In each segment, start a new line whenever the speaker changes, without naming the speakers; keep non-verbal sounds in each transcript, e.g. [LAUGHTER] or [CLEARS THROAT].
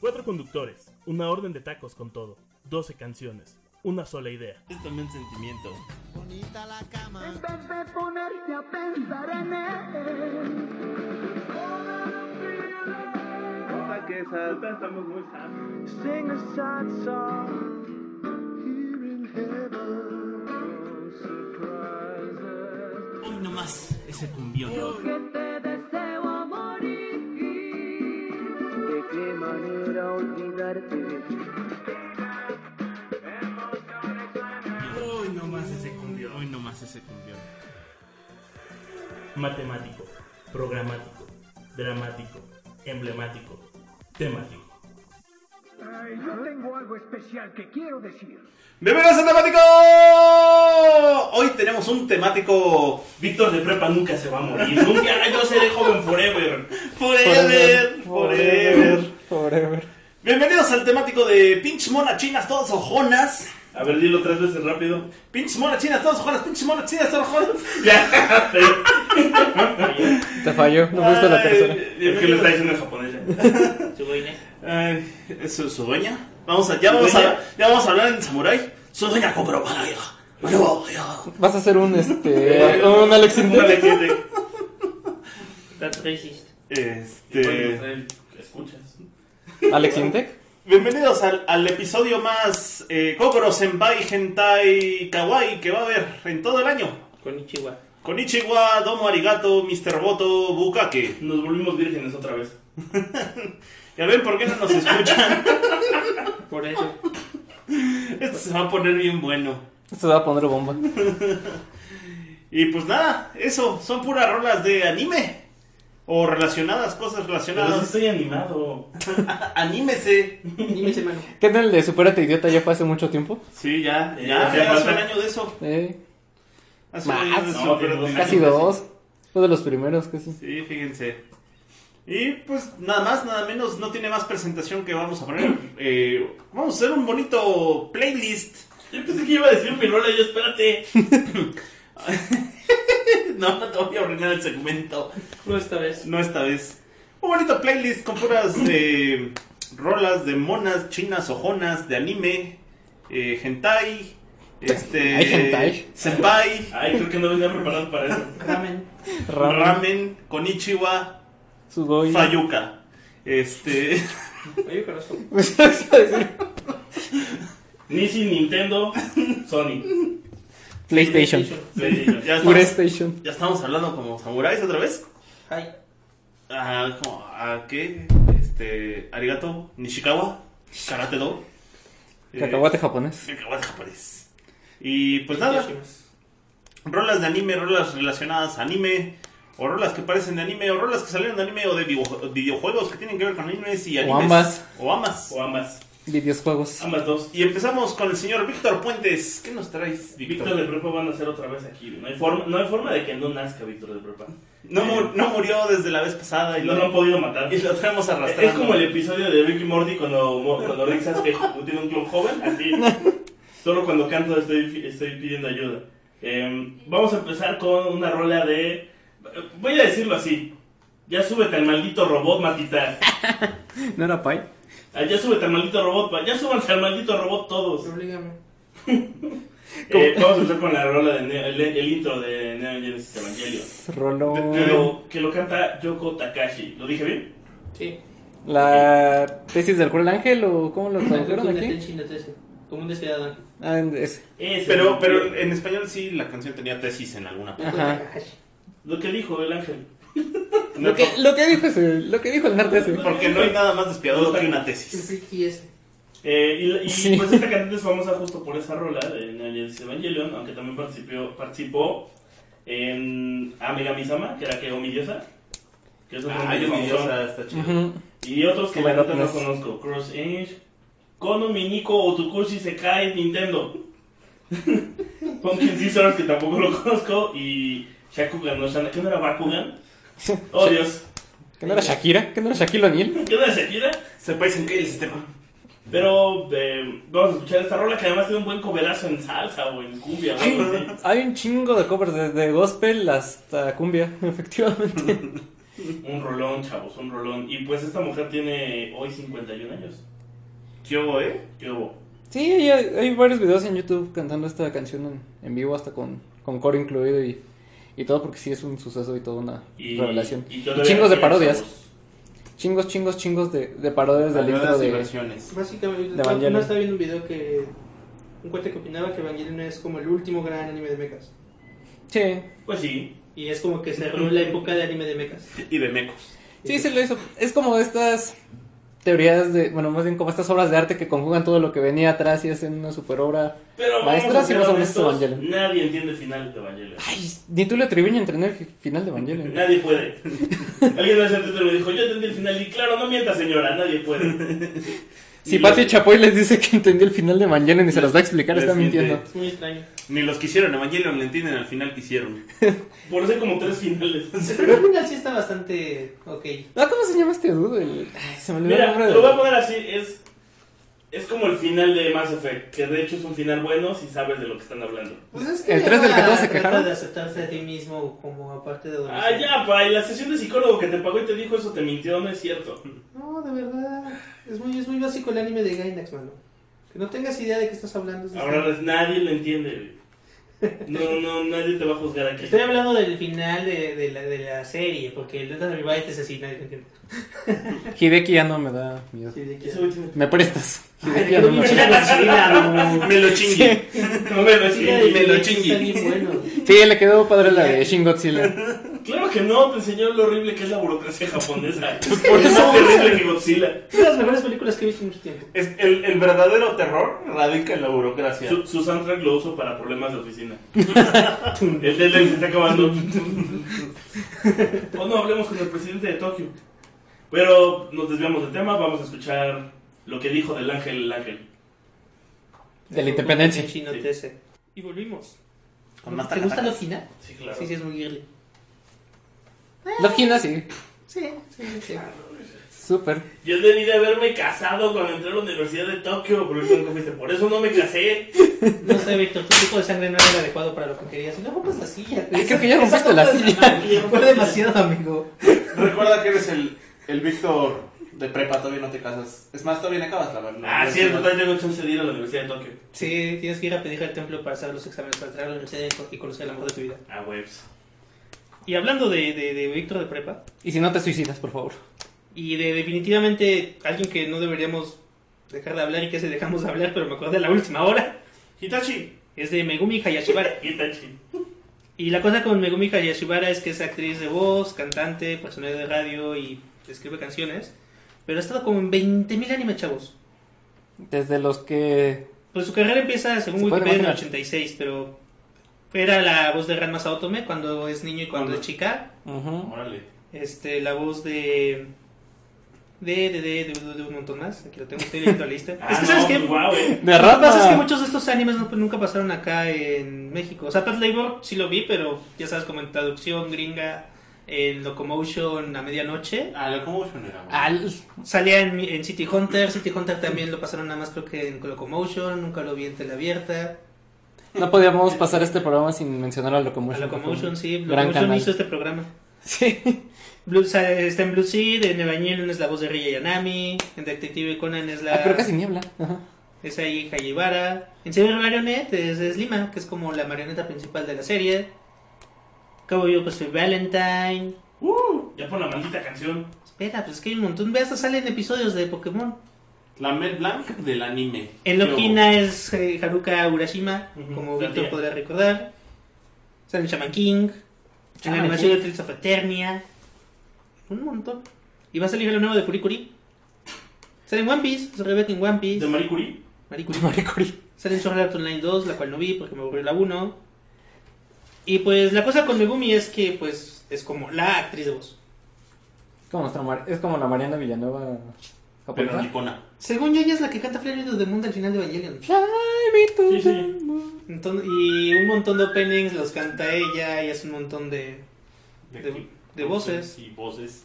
Cuatro conductores, una orden de tacos con todo, 12 canciones, una sola idea.
Es también sentimiento.
Bonita la cama.
vez de ponerte a pensar en él.
que salta, estamos muy sanos.
Sing a sad song here in heaven. No surprises.
Hoy nomás ese cumbión.
Que te deseo a morir.
¿De qué manera olvidarte?
Hoy nomás ese cumbión. Hoy nomás ese cumbión.
Matemático, programático, dramático, emblemático, temático.
Ay, yo tengo algo especial que quiero decir.
¡Bienvenidos a Temático! Hoy tenemos un temático.
Víctor de prepa nunca se va a morir, nunca yo seré joven forever.
Forever, forever.
Forever.
Bienvenidos al temático de Pinch Mona Chinas, todas ojonas.
A ver, dilo tres veces rápido.
Pinch Mona Chinas, todas ojonas. Pinch Mona Chinas, todas ojonas.
[LAUGHS] Ya,
Te falló, no fuiste la tercera.
es que le
Bienvenidos-
está diciendo en japonés.
Ay, ¿es su, su dueña? Vamos a, ya, vamos
dueña?
a, ya vamos a hablar en Samurai. Su dueña compró para ella. Bueno, ya.
Vas a hacer un
[LAUGHS]
este. un Alex in
Dale,
Black.
siete.
Este.
Escuchas.
Alex Intec.
Bienvenidos al, al episodio más eh, Kokoro Senpai Hentai Kawaii que va a haber en todo el año.
Konnichiwa.
Konichiwa, Domo Arigato, Mr. Boto, Bukake.
Nos volvimos vírgenes otra vez.
Ya ven por qué no
[LAUGHS]
nos escuchan.
Por eso. [LAUGHS]
Esto se va a poner bien bueno.
Se va a poner bomba.
Y pues nada, eso, son puras rolas de anime. O relacionadas, cosas
Pero sí
relacionadas.
estoy animado.
Anímese.
Dime, hermano.
¿Qué tal el de Superate Idiota ya fue hace mucho tiempo?
Sí, ya, ya,
Eh,
ya,
hacía
hace un
falta.
año de eso.
Eh,
Hace un año de
Más.
eso.
No, pero pues dos
casi dos. Uno de los primeros, casi.
Sí, fíjense. Y pues nada más, nada menos, no tiene más presentación que vamos a
[CLEARS THROAT]
poner. Eh, vamos a hacer un bonito playlist. [LAUGHS]
Yo pensé que iba a decir mi rola y yo, espérate.
No, no te voy a ordenar el segmento.
No esta vez.
No esta vez. Un bonito playlist con
[CLEARS THROAT]
puras eh, rolas de monas chinas ojonas, de anime, eh, hentai, este,
[LAUGHS] Hay hentai.
senpai,
Ay, creo que no venía preparado para eso.
Ramen.
[LAUGHS] Ramen,
ramen, konichiwa,
Sudoi. [LAUGHS]
fayuca. Este...
Oye, conozco.
Nissin, Nintendo, Sony.
PlayStation.
Sí,
[LAUGHS] Ya estamos,
Urestation.
ya estamos hablando como samuráis otra vez.
Hi.
Ah, como, ¿a qué? Este, arigato, Nishikawa, Karate Do. eh,
Cacahuate japonés.
Cacahuate japonés. Y pues nada, rolas de anime, rolas relacionadas a anime, o rolas que parecen de anime, o rolas que salieron de anime o de video- videojuegos que tienen que ver con animes y animes.
ambas.
O ambas.
O ambas.
Videojuegos.
Ah.
Ambas dos.
Y empezamos con el señor Víctor Puentes. ¿Qué nos traes,
Y Víctor eh, de Prepa van a ser otra vez aquí. No hay forma, no hay forma de que no nazca Víctor de Prepa.
No, mu- no murió desde la vez pasada y
No
lo,
lo han podido matar.
y lo traemos arrastrando.
Es como el episodio de Ricky Morty cuando, mo- cuando Rick Sasuke jo- [LAUGHS] tiene un clon joven,
[LAUGHS]
así. Solo cuando canto estoy, estoy pidiendo ayuda. Em, vamos a empezar con una rola de. Voy a decirlo así. Ya súbete al maldito robot, Matita.
[LAUGHS] ¿No era Pai?
Ah, Ya súbete al maldito robot, pa- ya súbanse al maldito robot todos.
Oblígame.
Eh, vamos a empezar con la rola de Neo- el, el intro de Neo Genesis Evangelion. Que
Ah. Rolón.
lo, que lo canta Yoko Takashi. ¿Lo dije bien?
Sí.
¿La tesis del cruel ángel o cómo lo tradujeron
Como
[LAUGHS]
aquí?
Como un despiadado ángel.
Ah, en- es-
Ese
Pero,
es
pero en español sí la canción tenía tesis en alguna parte.
Ajá.
Lo que dijo el
[LAUGHS]
ángel.
Lo que, lo que dijo ese, lo que dijo el nerd ese.
Porque no hay nada más despiadado que una tesis.
Ricky ese.
Eh, y la- y
Sí.
pues esta cantante es famosa justo por esa rola de Neo Genesis Evangelion, aunque también participó, participó en Amega Misama, que era Keomi Diosa. Que es
Ah, yo mi diosa está chido.
Ujú.
Y otros que la
Bueno,
neta no
pues.
conozco. Cross Edge, Kono Miniko Otukushi se cae Nintendo. [LAUGHS] Pumpkin Scissors, que tampoco lo conozco. Y Shakugan no Shana. ¿Qué no era
[LAUGHS]
Bakugan? Oh Dios.
¿Que no era Shakira? ¿Que no era Shaquille O'Neal?
¿Qué no era Shakira?
Se parecen que el sistema.
Pero eh, vamos a escuchar esta rola que además tiene un buen coverazo en salsa o en cumbia. o algo así.
Hay un chingo de covers desde gospel hasta cumbia, efectivamente.
Un rolón, chavos, un rolón. Y pues esta mujer tiene hoy 51 años.
¿Qué hubo, eh?
¿Qué hubo?
Sí, hay, hay varios videos en YouTube cantando esta canción en, en vivo, hasta con, con coro incluido y, y todo, porque sí es un suceso y toda una
Y,
revelación.
y
Y,
todavía
chingos de
tiene,
parodias.
chavos.
Chingos, chingos, chingos de, de parodias del
Valiodas
intro
y
de...
versiones.
Básicamente,
De
no,
Evangelion.
no estaba viendo un video que. Un cuate que opinaba que Evangelion es como el último gran anime de mechas.
Sí,
Pues sí.
Y es como que cerró la época de anime de mechas.
Y de mecos.
sí, se lo hizo. Es como estas teorías de... Bueno, más bien como estas obras de arte que conjugan todo lo que venía atrás y hacen una super obra.
Pero vamos
Maestra,
a
si
ser
no sabes
honestos,
Evangelion.
nadie entiende el final de Evangelion.
Ay, ni tú le atribuyes a entender el final de Evangelion.
Nadie puede. Alguien hace Twitter me dijo, yo entendí el final. Y claro, no mienta señora, nadie puede.
Si
Y
Pati
los-
Chapoy les dice que entendió el final de Evangelion y se los va a explicar,
les
está
miente.
mintiendo.
Es muy extraño.
Ni los que hicieron Evangelion le entienden al final que hicieron.
Por eso hay como tres finales.
Pero al final sí está bastante. Ok.
Ah, ¿cómo se llama este dude? El- Ay, se me olvidó el
Mira,
nombre
lo voy a
de...
poner así, es... Es como el final de Mass Effect, que de hecho es un final bueno si sabes de lo que están hablando.
Pues es
El tres del
ahora
14
trata
quejaron.
de aceptarse a ti mismo como aparte de
Ah,
adolescente.
ya, pa, y la sesión de psicólogo que te pagó y te dijo eso te mintió, no es cierto.
No, de verdad. Es muy, es muy básico el anime de Gainax, mano. Que no tengas idea de qué estás hablando. es
Ahora
distinto.
pues, nadie lo entiende, güey. No, no, nadie te va a juzgar aquí.
Estoy hablando del final de, de, la, de la serie, porque el Data Revive te asesina. y te entiendo.
Hideki ya no me da miedo.
Sí, de que-
Ese güey tiene- [LAUGHS]
Me prestas.
Ay,
Hideki ya no me
me
Me
lo chingan,
lo chingue.
No me lo
[LAUGHS]
Sí, la de
escribí.
me lo
Gainax
chingue.
Está bien bueno.
[LAUGHS]
Sí, le quedó padre la de Shin Godzilla.
Claro que no, te enseñó lo horrible que es la burocracia japonesa.
por
es
eso-
más terrible que Godzilla.
Es una de las mejores películas que he visto en mucho tiempo.
Es- el, el verdadero terror radica en la burocracia.
Su, su soundtrack lo uso para problemas de oficina. el deadline se está acabando. o no, hablemos con el presidente de Tokio. Pero nos desviamos del tema, vamos a escuchar lo que dijo del ángel el ángel.
De la independencia.
Chino
Sí.
TS. Y volvimos.
Con más
eh. ¿Te gusta
tacatacas.
la final?
Sí, claro.
Sí, sí, es muy girly.
Logina, sí.
Sí, sí, sí.
Súper.
Yo debí de haberme casado cuando entré a la Universidad de Tokio, pero eso nunca fuiste. Por eso no me casé.
No sé, Víctor, tu tipo de sangre no era el adecuado para lo que querías. Y no rompas la silla. güey. pues,
Ay, creo que ya rompiste la silla.
Fue demasiado, amigo.
Recuerda que eres el, el Víctor de prepa, todavía no te casas. Es más, todavía no acabas la verdad.
Ah, cierto, todavía tengo chance de ir a la Universidad de Tokio.
Sí, tienes que ir a pedir al templo para hacer los exámenes, para entrar a la universidad y conocer el amor de tu vida.
Ah, webs.
Y hablando de, de, de Víctor de prepa,
Y si no te suicidas, por favor.
y de definitivamente alguien que no deberíamos dejar de hablar y que se dejamos de hablar, pero me acordé a la última hora,
Hitachi.
es de Megumi Hayashibara.
Hitachi.
Y la cosa con Megumi Hayashibara es que es actriz de voz, cantante, personaje de radio y escribe canciones, pero ha estado como en 20.000 animes, chavos.
Desde los que...
Pues su carrera empieza, según
Se puede
Wikipedia, en el
imaginar.
86, pero era la voz de Ranma Saotome cuando es niño y cuando es chica.
Ujú.
Órale.
Este, la voz de. De, de, de, de, de- de un montón más. Aquí lo tengo, estoy leyendo la
[LAUGHS]
lista.
Ah,
es que, ¿sabes
no,
qué?
guau, eh.
De
Lo que pasa es que
rata.
muchos de estos animes no- nunca pasaron acá en México. O sea, Pet Labor sí lo vi, pero ya sabes, como en traducción gringa, en Locomotion a medianoche.
Ah, Locomotion era. güey.
Al-
Salía en, en City Hunter. City Hunter también lo pasaron nada más, creo que en Locomotion. Nunca lo vi en teleabierta.
No podíamos pasar este programa sin mencionar a
A
Locomotion.
Locomotion, sí.
Gran
Locomotion
canal.
hizo este programa.
Sí.
Blue- sa- está en Blue Seed, en Evangelion es la voz de Rilla Yanami. En Detective Conan es la.
Ah, pero casi niebla. Ajá.
Es ahí Hayibara. En Cyber Marionette es, es Lima, que es como la marioneta principal de la serie. Cowboy pues fue Valentine.
Uh, ya por la maldita canción.
Espera, pues es que hay un montón. Ve, hasta salen episodios de Pokémon.
La Mel Blanc del anime.
En
Yo-
Lokina es eh, Haruka Urashima,
Ujú,
como
la
Víctor
tía.
podrá recordar. Sale Shaman King. En
Shaman
la animación
King.
de Tales of Eternia. Un montón. Y va a salir lo nuevo de Furikuri. Sale en One Piece, se rebete en One
De
Piece.
Marie Curie.
Marie Curie.
Marie Curie.
Sale en Sword Art Online 2, la cual no vi porque me aburrió la 1. Y pues la cosa con Megumi es que pues es como la actriz de voz.
Es como, nuestra Mar- es como la Mariana Villanueva
Pero
japonesa.
nipona.
Según yo, ella es la que canta Fly Me to the Moon al final de Evangelion.
Fly me to
Sí, sí.
the moon.
Entonces- y un montón de openings los canta ella y hace un montón de... De- de voces.
Y voces.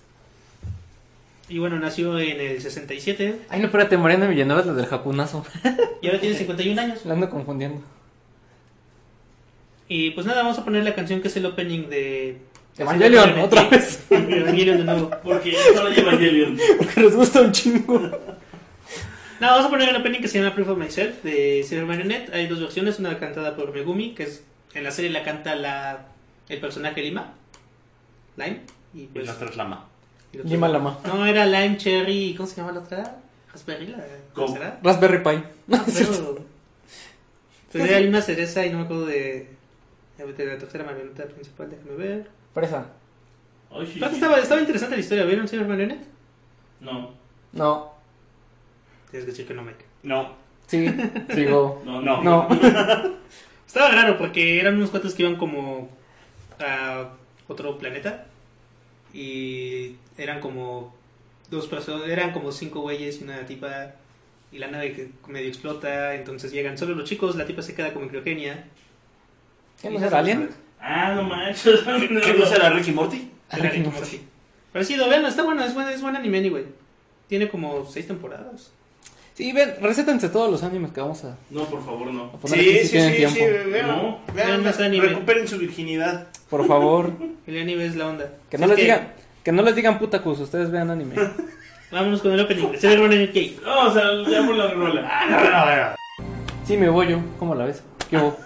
Y bueno, nació en el 67
Ay, no, espérate, Mariana Villanueva es la del japonazo. [LAUGHS]
y ahora tiene 51 años.
La ando confundiendo.
Y pues nada, vamos a poner la canción que es el opening de
Evangelion, otra vez.
[LAUGHS] Evangelion de nuevo.
Porque solo lleva Evangelion.
[LAUGHS] Porque les gusta un chingo.
No, vamos a poner una opening que se llama Proof of Myself de Silver Marionette. Hay dos versiones, una cantada por Megumi, que es en la serie la canta la el personaje Lima. Lime. Y
Y
pues,
la otra es Lama.
y la otra-
Lima Lama.
No, era Lime Cherry. ¿Cómo se llama la otra? Raspberry, la
Go.
[LAUGHS]
será?
Raspberry Pi.
No,
[LAUGHS]
pero. Pues era Lima Cereza y no me acuerdo de. de la tercera marioneta principal, déjame ver.
Fresa.
Ay, sí,
Aparte
sí.
estaba, estaba interesante la historia, ¿vieron Silver Marionette?
No,
No.
Tienes que decir que no, Mike.
No,
Sí. Sigo.
no,
No.
no.
No.
Estaba raro porque eran unos cuates que iban como a otro planeta y eran como dos personas, eran como cinco güeyes y una tipa y la nave que medio explota, entonces llegan solo los chicos, la tipa se queda como en criogenia.
¿Qué no será Alien?
Ah, no
[LAUGHS]
manches.
¿Qué qué no será Ricky Morty?
Ah,
Era Rick y Morty. Pero sí, lo vean, está bueno, es buen, es buen anime anyway. Tiene como seis temporadas.
Sí, ven, recétense todos los animes que vamos a,
No, por favor, no.
a poner aquí si tienen tiempo.
No,
vean más anime.
recuperen su virginidad.
Por favor.
El anime es la onda.
Que [LAUGHS]
Así
no
es
les digan. Que no les digan putacus, ustedes vean [LAUGHS] anime.
Vámonos con el opening. Se ve en el cake.
Vamos a ya por la rola.
Ah,
Sí, me voy yo. ¿Cómo la ves? ¿Qué [LAUGHS] hubo?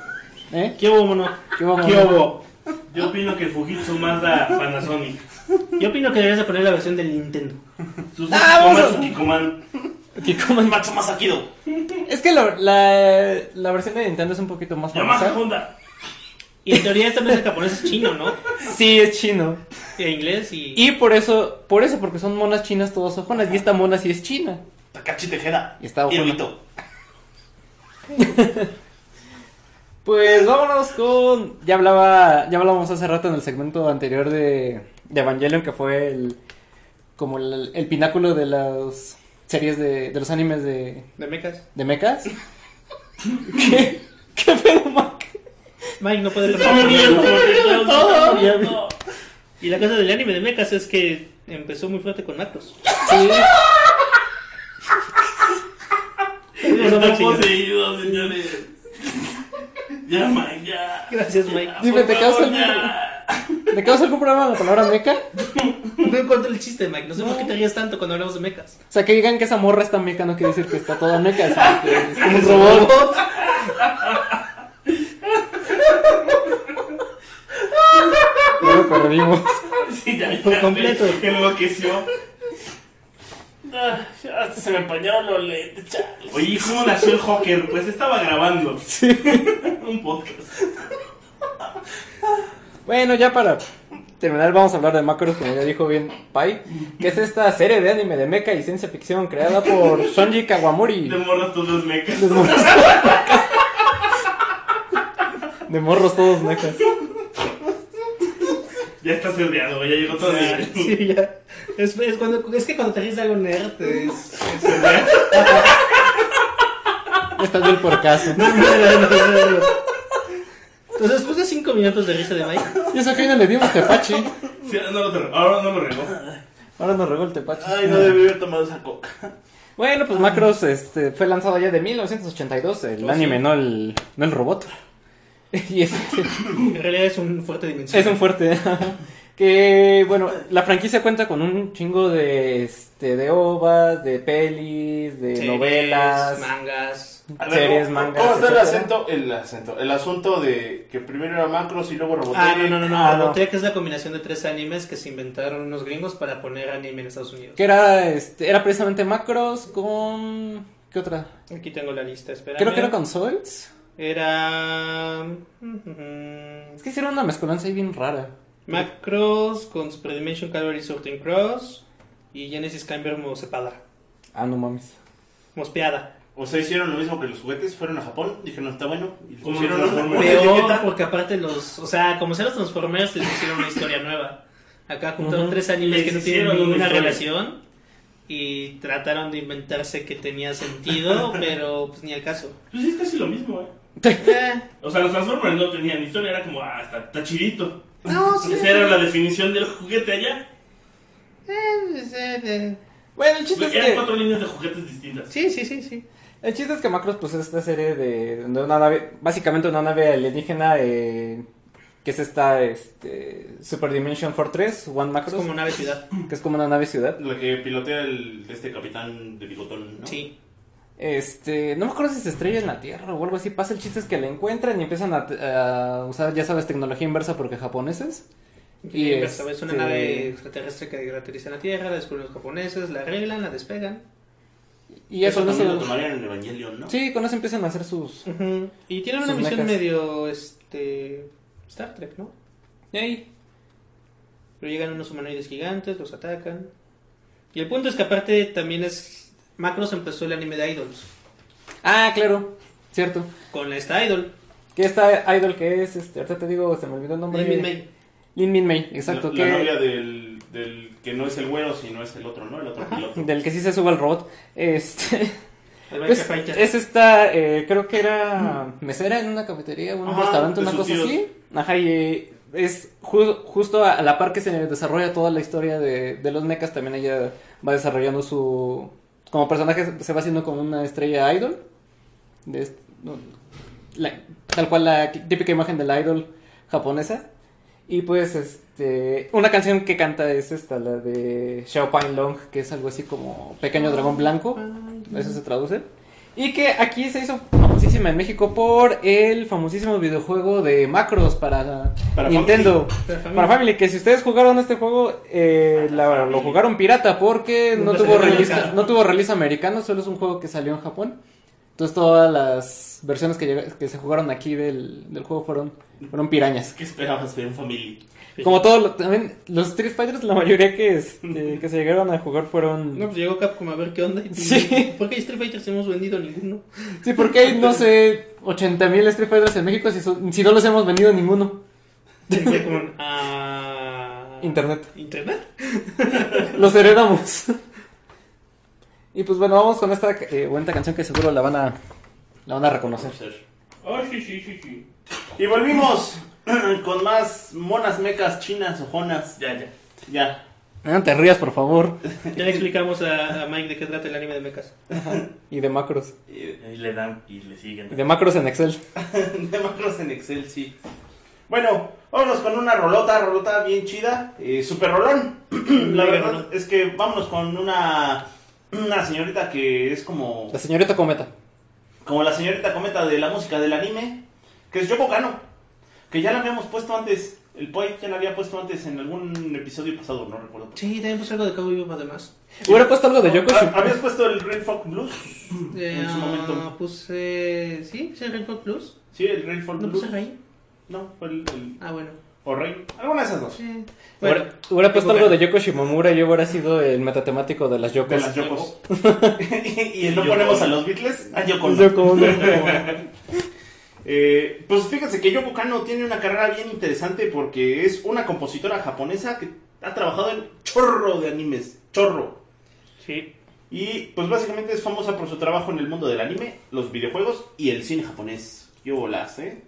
¿Eh?
¿Qué hubo, mono?
¿Qué hubo?
¿Qué hubo?
Yo opino que Fujitsu Mazda Panasonic.
Yo opino que deberías de poner la versión del Nintendo.
Suzuki
Ah, vamos a-
Komatsu Kikoman.
Que coman-
Matsu Masakido.
Es que la, la, la versión de Nintendo es un poquito más
Yamaha
famosa.
Honda.
Y en teoría esta mesa japonés es chino, ¿no?
Sí, es chino.
E inglés y...
Y por eso, por eso, porque son monas chinas todas ojonas. Y esta mona sí es china.
Takachi Tejeda.
Y está bueno.
Hirohito.
Pues vámonos con. Ya hablaba. Ya hablábamos hace rato en el segmento anterior de. de Evangelion, que fue el. como el, el pináculo de las series de. de los animes de.
De mecas.
de mechas. ¿Qué? ¿Qué pedo, Mac?
Mike no puede
Estamos riendo, porque estamos riendo.
Y la cosa del anime de mecas es que empezó muy fuerte con Macros.
Sí.
Estamos seguidos, señores. Ya, man, ya.
Gracias, Mike.
Dime, ¿te
Por
quedas
favor,
el-
ya.
¿Le causa algún problema la palabra meca?
[LAUGHS] No encuentro el chiste, Mike. No sé por qué te rías tanto cuando hablamos de mecas.
O sea, que digan que esa morra está meca no quiere decir que está toda meca, sino que es como un robot. No lo perdimos.
Sí, ya, ya.
Por completo.
Que enloqueció.
Ah, ya hasta se me empañaron los lentes, chale.
Oye, ¿cómo nació el Hawker? Pues estaba grabando
Sí.
[LAUGHS] un podcast.
Bueno, ya para terminar vamos a hablar de Macros, como ya dijo bien Pai, que es esta serie de anime de meca y ciencia ficción creada por Shonji Kawamori.
Te morras todos los mecas.
De morros todos mecas. De morros todos mecas.
Ya estás cerdeado, güey, ya llegó todo bien.
Sí, ya. Es, es cuando, es que cuando te ríes de algo nerd es...
Estás bien por caso.
Entonces, después de 5 minutos de risa de Mike,
Y eso que hoy no le dimos tepachi.
Sí, no lo te- ahora no lo regó.
Ahora nos regó el tepachi.
Ay, no debí haber tomado esa coca.
Bueno, pues Macros este, fue lanzado ya de 1982, el anime, no, el, no el robot. Y este,
en realidad es un fuerte dimensión.
es un fuerte. [LAUGHS] que bueno, la franquicia cuenta con un chingo de este, de ovas, de pelis, de
Series,
novelas,
mangas.
A ver,
series,
¿cómo-
mangas.
¿Cómo está el
etcétera.
acento? El acento. El asunto de que primero era Macros y luego Robotech.
Ah, no, no, no, no.
Ah, no.
Robotech es la combinación de tres animes que se inventaron unos gringos para poner anime en Estados Unidos.
Que era este, era precisamente Macros con ¿qué otra?
Aquí tengo la lista, espera.
Creo que era con Souls.
Era. mm,
Es que hicieron una mezcolanza ahí bien rara.
Macros con Super Dimension Calvary Sorting Cross y Genesis Climber Mosepada.
Ah, no mames.
Mospeada.
O sea, hicieron lo mismo que los juguetes, fueron a Japón, dijeron, está bueno. Y le
¿Cómo
pusieron
los
una-
transformó?
una [LAUGHS] etiqueta.
Peor, porque aparte los. O sea, como se los Transformers, les hicieron una historia nueva. Acá juntaron
Ujú.
tres animes
Les
que no
hicieron
tienen ninguna
una historia.
relación y trataron de inventarse que tenía [LAUGHS] sentido, pero pues ni al caso.
Pues sí, es casi lo mismo, eh.
Eh,
O sea, los Transformers no tenían historia, era como, ah, está, está chidito.
no, sí.
Esa era la definición del juguete allá.
eh, eh, eh.
Bueno, el chiste es
Pues, Eran
que
cuatro líneas de juguetes distintas.
Sí, sí, sí, sí.
El chiste es que Macros pues es esta serie de, de una nave, básicamente una nave alienígena eh, que es esta este, Super Dimension Fortress, One
Es
Macros,
como nave ciudad.
que es como una nave ciudad.
La que pilotea el, este capitán de bigotón, ¿no?
Sí.
Este, no me acuerdo si se estrella en la Tierra o algo así. Pasa el chiste es que la encuentran y empiezan a, a usar, ya sabes, tecnología inversa porque japoneses. Y
Y es, es una
este-
nave extraterrestre que caracteriza la Tierra, la descubren los japoneses, la arreglan, la despegan.
Y eso, no
también
se-
lo tomarían en Evangelion, ¿no?
Sí, con eso empiezan a hacer sus.
Mm. Y tienen una
Sus
misión
mechas.
medio este Star Trek, ¿no?
Ey,
Pero llegan unos humanoides gigantes, los atacan. Y el punto es que aparte también es Macros empezó el anime de Idols
Ah, claro, cierto.
con esta idol,
Que esta idol que es, este, ahorita te digo, se me olvidó el nombre.
Lin Min Mei.
Lin Min Mei,
La,
exacto.
la
que-
novia del, del que no es el güero, sino es el otro, ¿no? El otro piloto.
Del que sí se sube al robot.
[LAUGHS]
Este.
El
pues,
Biker Fighter.
es esta, eh, creo que era mesera en una cafetería, en un
Ajá,
restaurante,
de
una
sus
cosa
tíos.
así. Ajá, y eh, es ju- justo a a la par que se desarrolla toda la historia de, de los mechas, también ella va desarrollando su... Como personaje se va haciendo como una estrella idol. De est- no, la- tal cual la típica imagen del idol japonesa. Y pues, este, una canción que canta es esta, la de Xiao Pan Long, que es algo así como Pequeño Dragón Blanco, eso se traduce. Y que aquí se hizo famosísima en México por el famosísimo videojuego de Macros para,
Para
Nintendo.
Para Family.
Para Family, que si ustedes jugaron este juego, eh, la- lo jugaron pirata porque no
Nunca
tuvo,
salió
release,
americano.
no tuvo release americano, solo es un juego que salió en Japón. Entonces todas las versiones que, llega- que se jugaron aquí del, del juego fueron, fueron pirañas.
¿Qué esperabas ver en familia?
Como todos los, también los Street Fighters, la mayoría que, este, que se llegaron a jugar fueron...
No, pues llegó Capcom a ver qué onda. Y
Sí.
[LAUGHS] ¿Por qué Street Fighters no hemos vendido ninguno?
Sí, porque hay, no sé, 80.000 Street Fighters en México si, son- si no los hemos vendido ninguno.
Se fue con, ah,
Internet.
Internet.
Los heredamos. Y pues bueno, vamos con esta eh, bonita canción que seguro la van a, la van a reconocer.
Oh, sí, sí, sí, sí.
Y volvimos [CLEARS THROAT] con más monas mecas chinas ojonas.
Ya, ya.
Ya. [LAUGHS]
Ah, No te rías, por favor.
Ya le explicamos a, a Mike de qué trata el anime de mechas.
Y de macros.
Y le dan y le siguen.
Y de macros en Excel.
De macros en Excel, sí. Bueno, vámonos con una rolota, rolota bien chida. Eh, super rolón. [CLEARS THROAT] La
Mega
verdad
rolón.
es que vámonos con una, una señorita que es como,
La señorita cometa.
como la señorita cometa de la música del anime, que es Yoko Kano. Que ya la habíamos puesto antes. El Poi ya la había puesto antes en algún episodio pasado, no recuerdo.
Sí, también puso algo de Cowboy Bebop además.
Hubiera puesto algo de Yoko.
Ah, ¿Habías puesto el Real Folk Blues?
Eh,
En su momento.
Puse. Sí, puse Red Bull Plus.
Sí, el Real Folk
No
Blues.
puse Rey.
No, fue el, el-
Ah, bueno.
O Rey. Alguna de esas dos.
Sí. Bueno,
Hubiera, hubiera puesto
Yoko
algo
Kano.
de Yoko Shimomura y yo hubiera sido el metatemático de las
De
Yokos.
las Yokos. [LAUGHS] y, el no
Yoko.
ponemos a los Beatles, a Yoko. no.
Pues Yoko Ono.
Eh, pues fíjense que Yoko Kano tiene una carrera bien interesante porque es una compositora japonesa que ha trabajado en chorro de animes. Chorro.
Sí.
Y pues básicamente es famosa por su trabajo en el mundo del anime, los videojuegos y el cine japonés. Yo volás, ¿eh?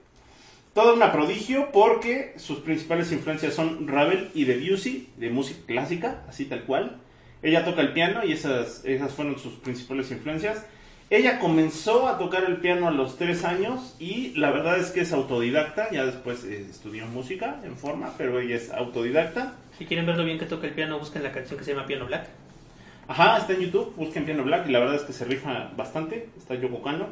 Toda una prodigio porque sus principales influencias son Ravel y Debussy, de música clásica, así tal cual. Ella toca el piano y esas, esas fueron sus principales influencias. Ella comenzó a tocar el piano a los 3 años y la verdad es que es autodidacta, ya después eh, estudió música en forma, pero ella es autodidacta.
Si quieren verlo bien que toca el piano, busquen la canción que se llama Piano Black.
Ajá, está en YouTube, busquen Piano Black y la verdad es que se rifa bastante, está Yoko Kano.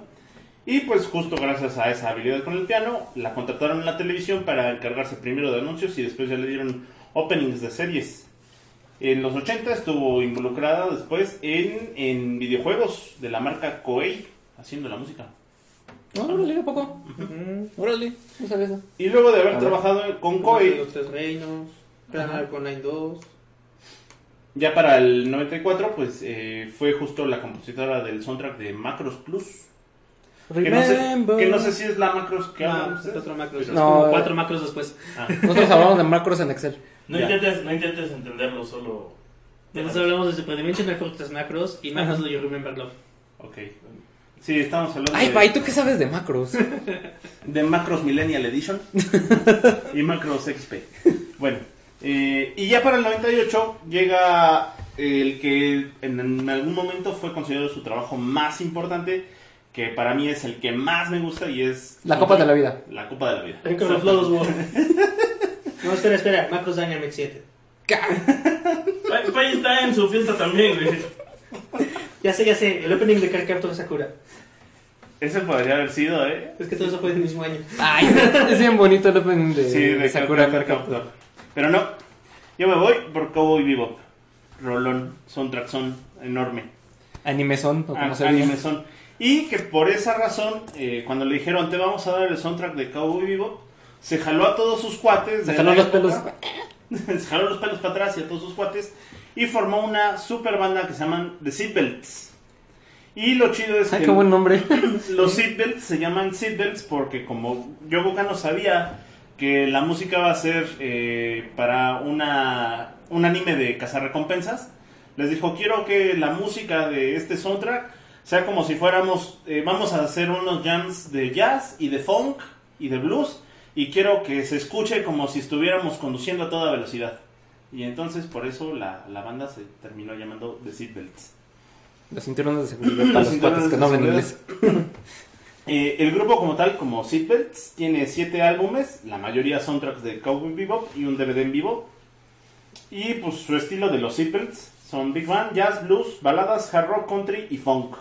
Y pues justo gracias a esa habilidad con el piano, la contrataron en la televisión para encargarse primero de anuncios y después ya le dieron openings de series. En los 80 estuvo involucrada después en, en videojuegos de la marca Koei, haciendo la música.
No, órale, ¿a poco? Órale, no sabía eso.
Y luego de haber
A ver.
trabajado con
Coy.
Koei,
Los Tres Reinos. Gran con Line 2.
ya para el 94, pues eh, fue justo la compositora del soundtrack de Macros Plus. Que no, sé,
Remember. pues,
que no sé si es la macros que hablan
No, es
ustedes.
Ah, este otro macro. Es
Pero-
No.
como cuatro macros después.
Ah,
Nosotros hablamos de macros en Excel.
No
Ya.
intentes, no intentes entenderlo, solo.
Entonces hablamos de Super Dimension, Fortress Macros y Macros Do You Remember Love.
ok. Sí, estamos hablando
Ay,
de,
pa, ¿y tú qué sabes de macros?
de Macros Millennial
[LAUGHS]
Edition y Macros XP. Bueno, eh, y ya para el 98 llega el que en, en algún momento fue considerado su trabajo más importante, que para mí es el que más me gusta y es...
La copa de la vida.
La Copa de la Vida.
Anchor of Lost World. [LAUGHS] No, espera, espera. Macros Dynamics 7.
Pai Pai está en su fiesta también, güey.
Ya sé, ya sé. El opening de Card Captor Sakura.
Ese podría haber sido, ¿eh?
Es que todo eso fue del mismo año.
Ay, es bien bonito el opening de,
Sí, de
Sakura
Sakura
Card
Captor.
Captor.
Pero no, yo me voy por Cowboy Bebop. Rolón, soundtrackzón enorme.
Animezón, o como
Ah,
se
anime
diga.
son. Y que por esa razón, eh, cuando le dijeron, te vamos a dar el soundtrack de Cowboy Bebop, se jaló a todos sus cuates.
Se
de
jaló
la
los pelos.
época. [LAUGHS] se jaló los pelos para atrás y a todos sus cuates. Y formó una super banda que se llaman The Seatbelts. Y lo chido es
Ay,
que
qué
[LAUGHS]
buen nombre.
[CLEARS THROAT] los seatbelts se llaman seatbelts porque como yo Boca no sabía que la música va a ser eh, para una, un anime de cazarrecompensas, les dijo, quiero que la música de este soundtrack sea como si fuéramos, eh, vamos a hacer unos jams de jazz y de funk y de blues y quiero que se escuche como si estuviéramos conduciendo a toda velocidad. Y entonces por eso la, la banda se terminó llamando The Seatbelts.
Los cinturones de seguridad para los
Cinturones
cuates que
de
no hablan
seguridad.
inglés.
Eh, el grupo como tal, como Seatbelts, tiene siete álbumes, la mayoría son tracks de Cowboy Bebop y un DVD en vivo. Y pues su estilo de los Seatbelts son big band, jazz, blues, baladas, hard rock, country y funk.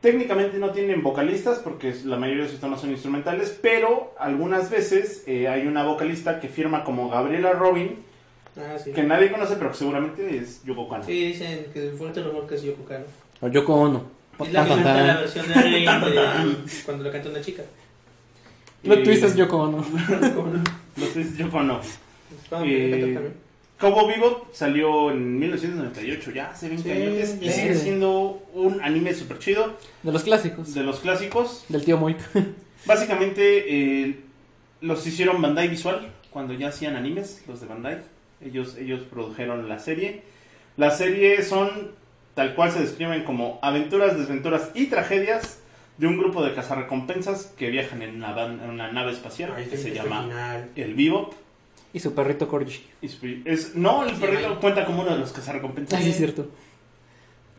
Técnicamente no tienen vocalistas porque la mayoría de sus temas son instrumentales, pero algunas veces eh, hay una vocalista que firma como Gabriela Robin,
Ah, sí.
que nadie conoce pero que seguramente es Yoko Kano.
Sí, dicen que el fuerte rumor que es Yoko Kano.
O Yoko Ono.
Es la
Tan,
misma
tan,
la
tan.
versión de Alien de [LAUGHS] cuando lo canta una chica.
Plot twist es Yoko Ono.
Los es Yoko Ono.
Vamos, que la canta también.
Eh, Cowboy Bebop salió en 1998, ya hace 20
Sí,
años, y
sí.
sigue siendo un anime súper chido,
De los clásicos.
de los clásicos.
Del tío Moik.
Básicamente eh, los hicieron Bandai Visual, cuando ya hacían animes, los de Bandai. Ellos, ellos produjeron la serie. La serie son, tal cual se describen como aventuras, desventuras y tragedias de un grupo de cazarrecompensas que viajan en una, van- en una nave espacial
Ay,
que este se
es
llama
original.
El Bebop.
Y su perrito Corgi.
Y su- Es, no, el
Sí,
perrito
ahí.
cuenta como uno de los cazarrecompensas.
Así es cierto.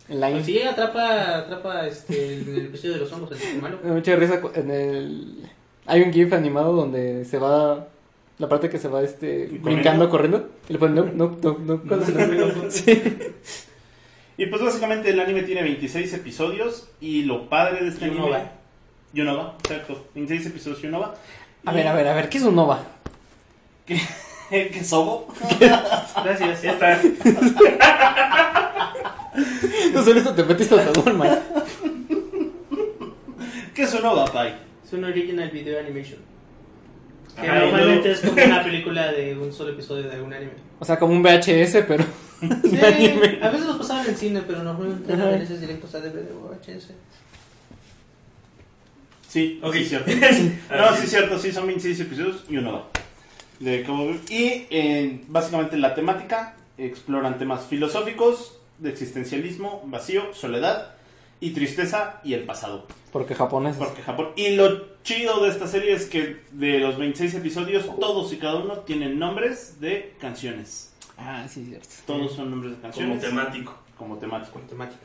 En la
Pues si
intro.
llega, atrapa, atrapa este, el, el episodio de los hongos, el tipo malo.
Me da mucha risa cu- en el... Hay un GIF animado donde se va... La parte que se va este,
¿Corriendo?
brincando, corriendo. Y le ponen no, no, no, no.
[LAUGHS]
no. Sí.
Y pues básicamente el anime tiene 26 episodios y lo padre de este
Y un
anime...
OVA.
Y un OVA, exacto. 26 episodios y un
[LAUGHS]
OVA.
A ver, a ver, a ver. ¿Qué es un Nova?
que sobo.
Gracias.
Esta,
[LAUGHS] No solo esto te metiste a sabor, man.
¿Qué es un OVA, Pai?
Es un original video animation. Que
Ay,
normalmente
no.
es como una película de un solo episodio de algún [LAUGHS] anime.
O sea, como un VHS, pero...
Sí,
un anime.
a veces los pasaban en cine, pero normalmente
Ajá.
eran releases directos a DVD o VHS.
Sí,
Ok.
sí,
[LAUGHS]
cierto. [LAUGHS] no,
Ah,
sí,
sí.
cierto, sí, son 26 episodios y un OVA. De Cowboy Bebop. y eh, básicamente la temática exploran temas filosóficos, de existencialismo, vacío, soledad y tristeza y el pasado.
Porque japonés.
Porque Japón. Y lo chido de esta serie es que de los 26 episodios, todos y cada uno tienen nombres de canciones.
Ah, sí, cierto.
Todos son nombres de
como
canciones.
temático.
Como temático.
Temática.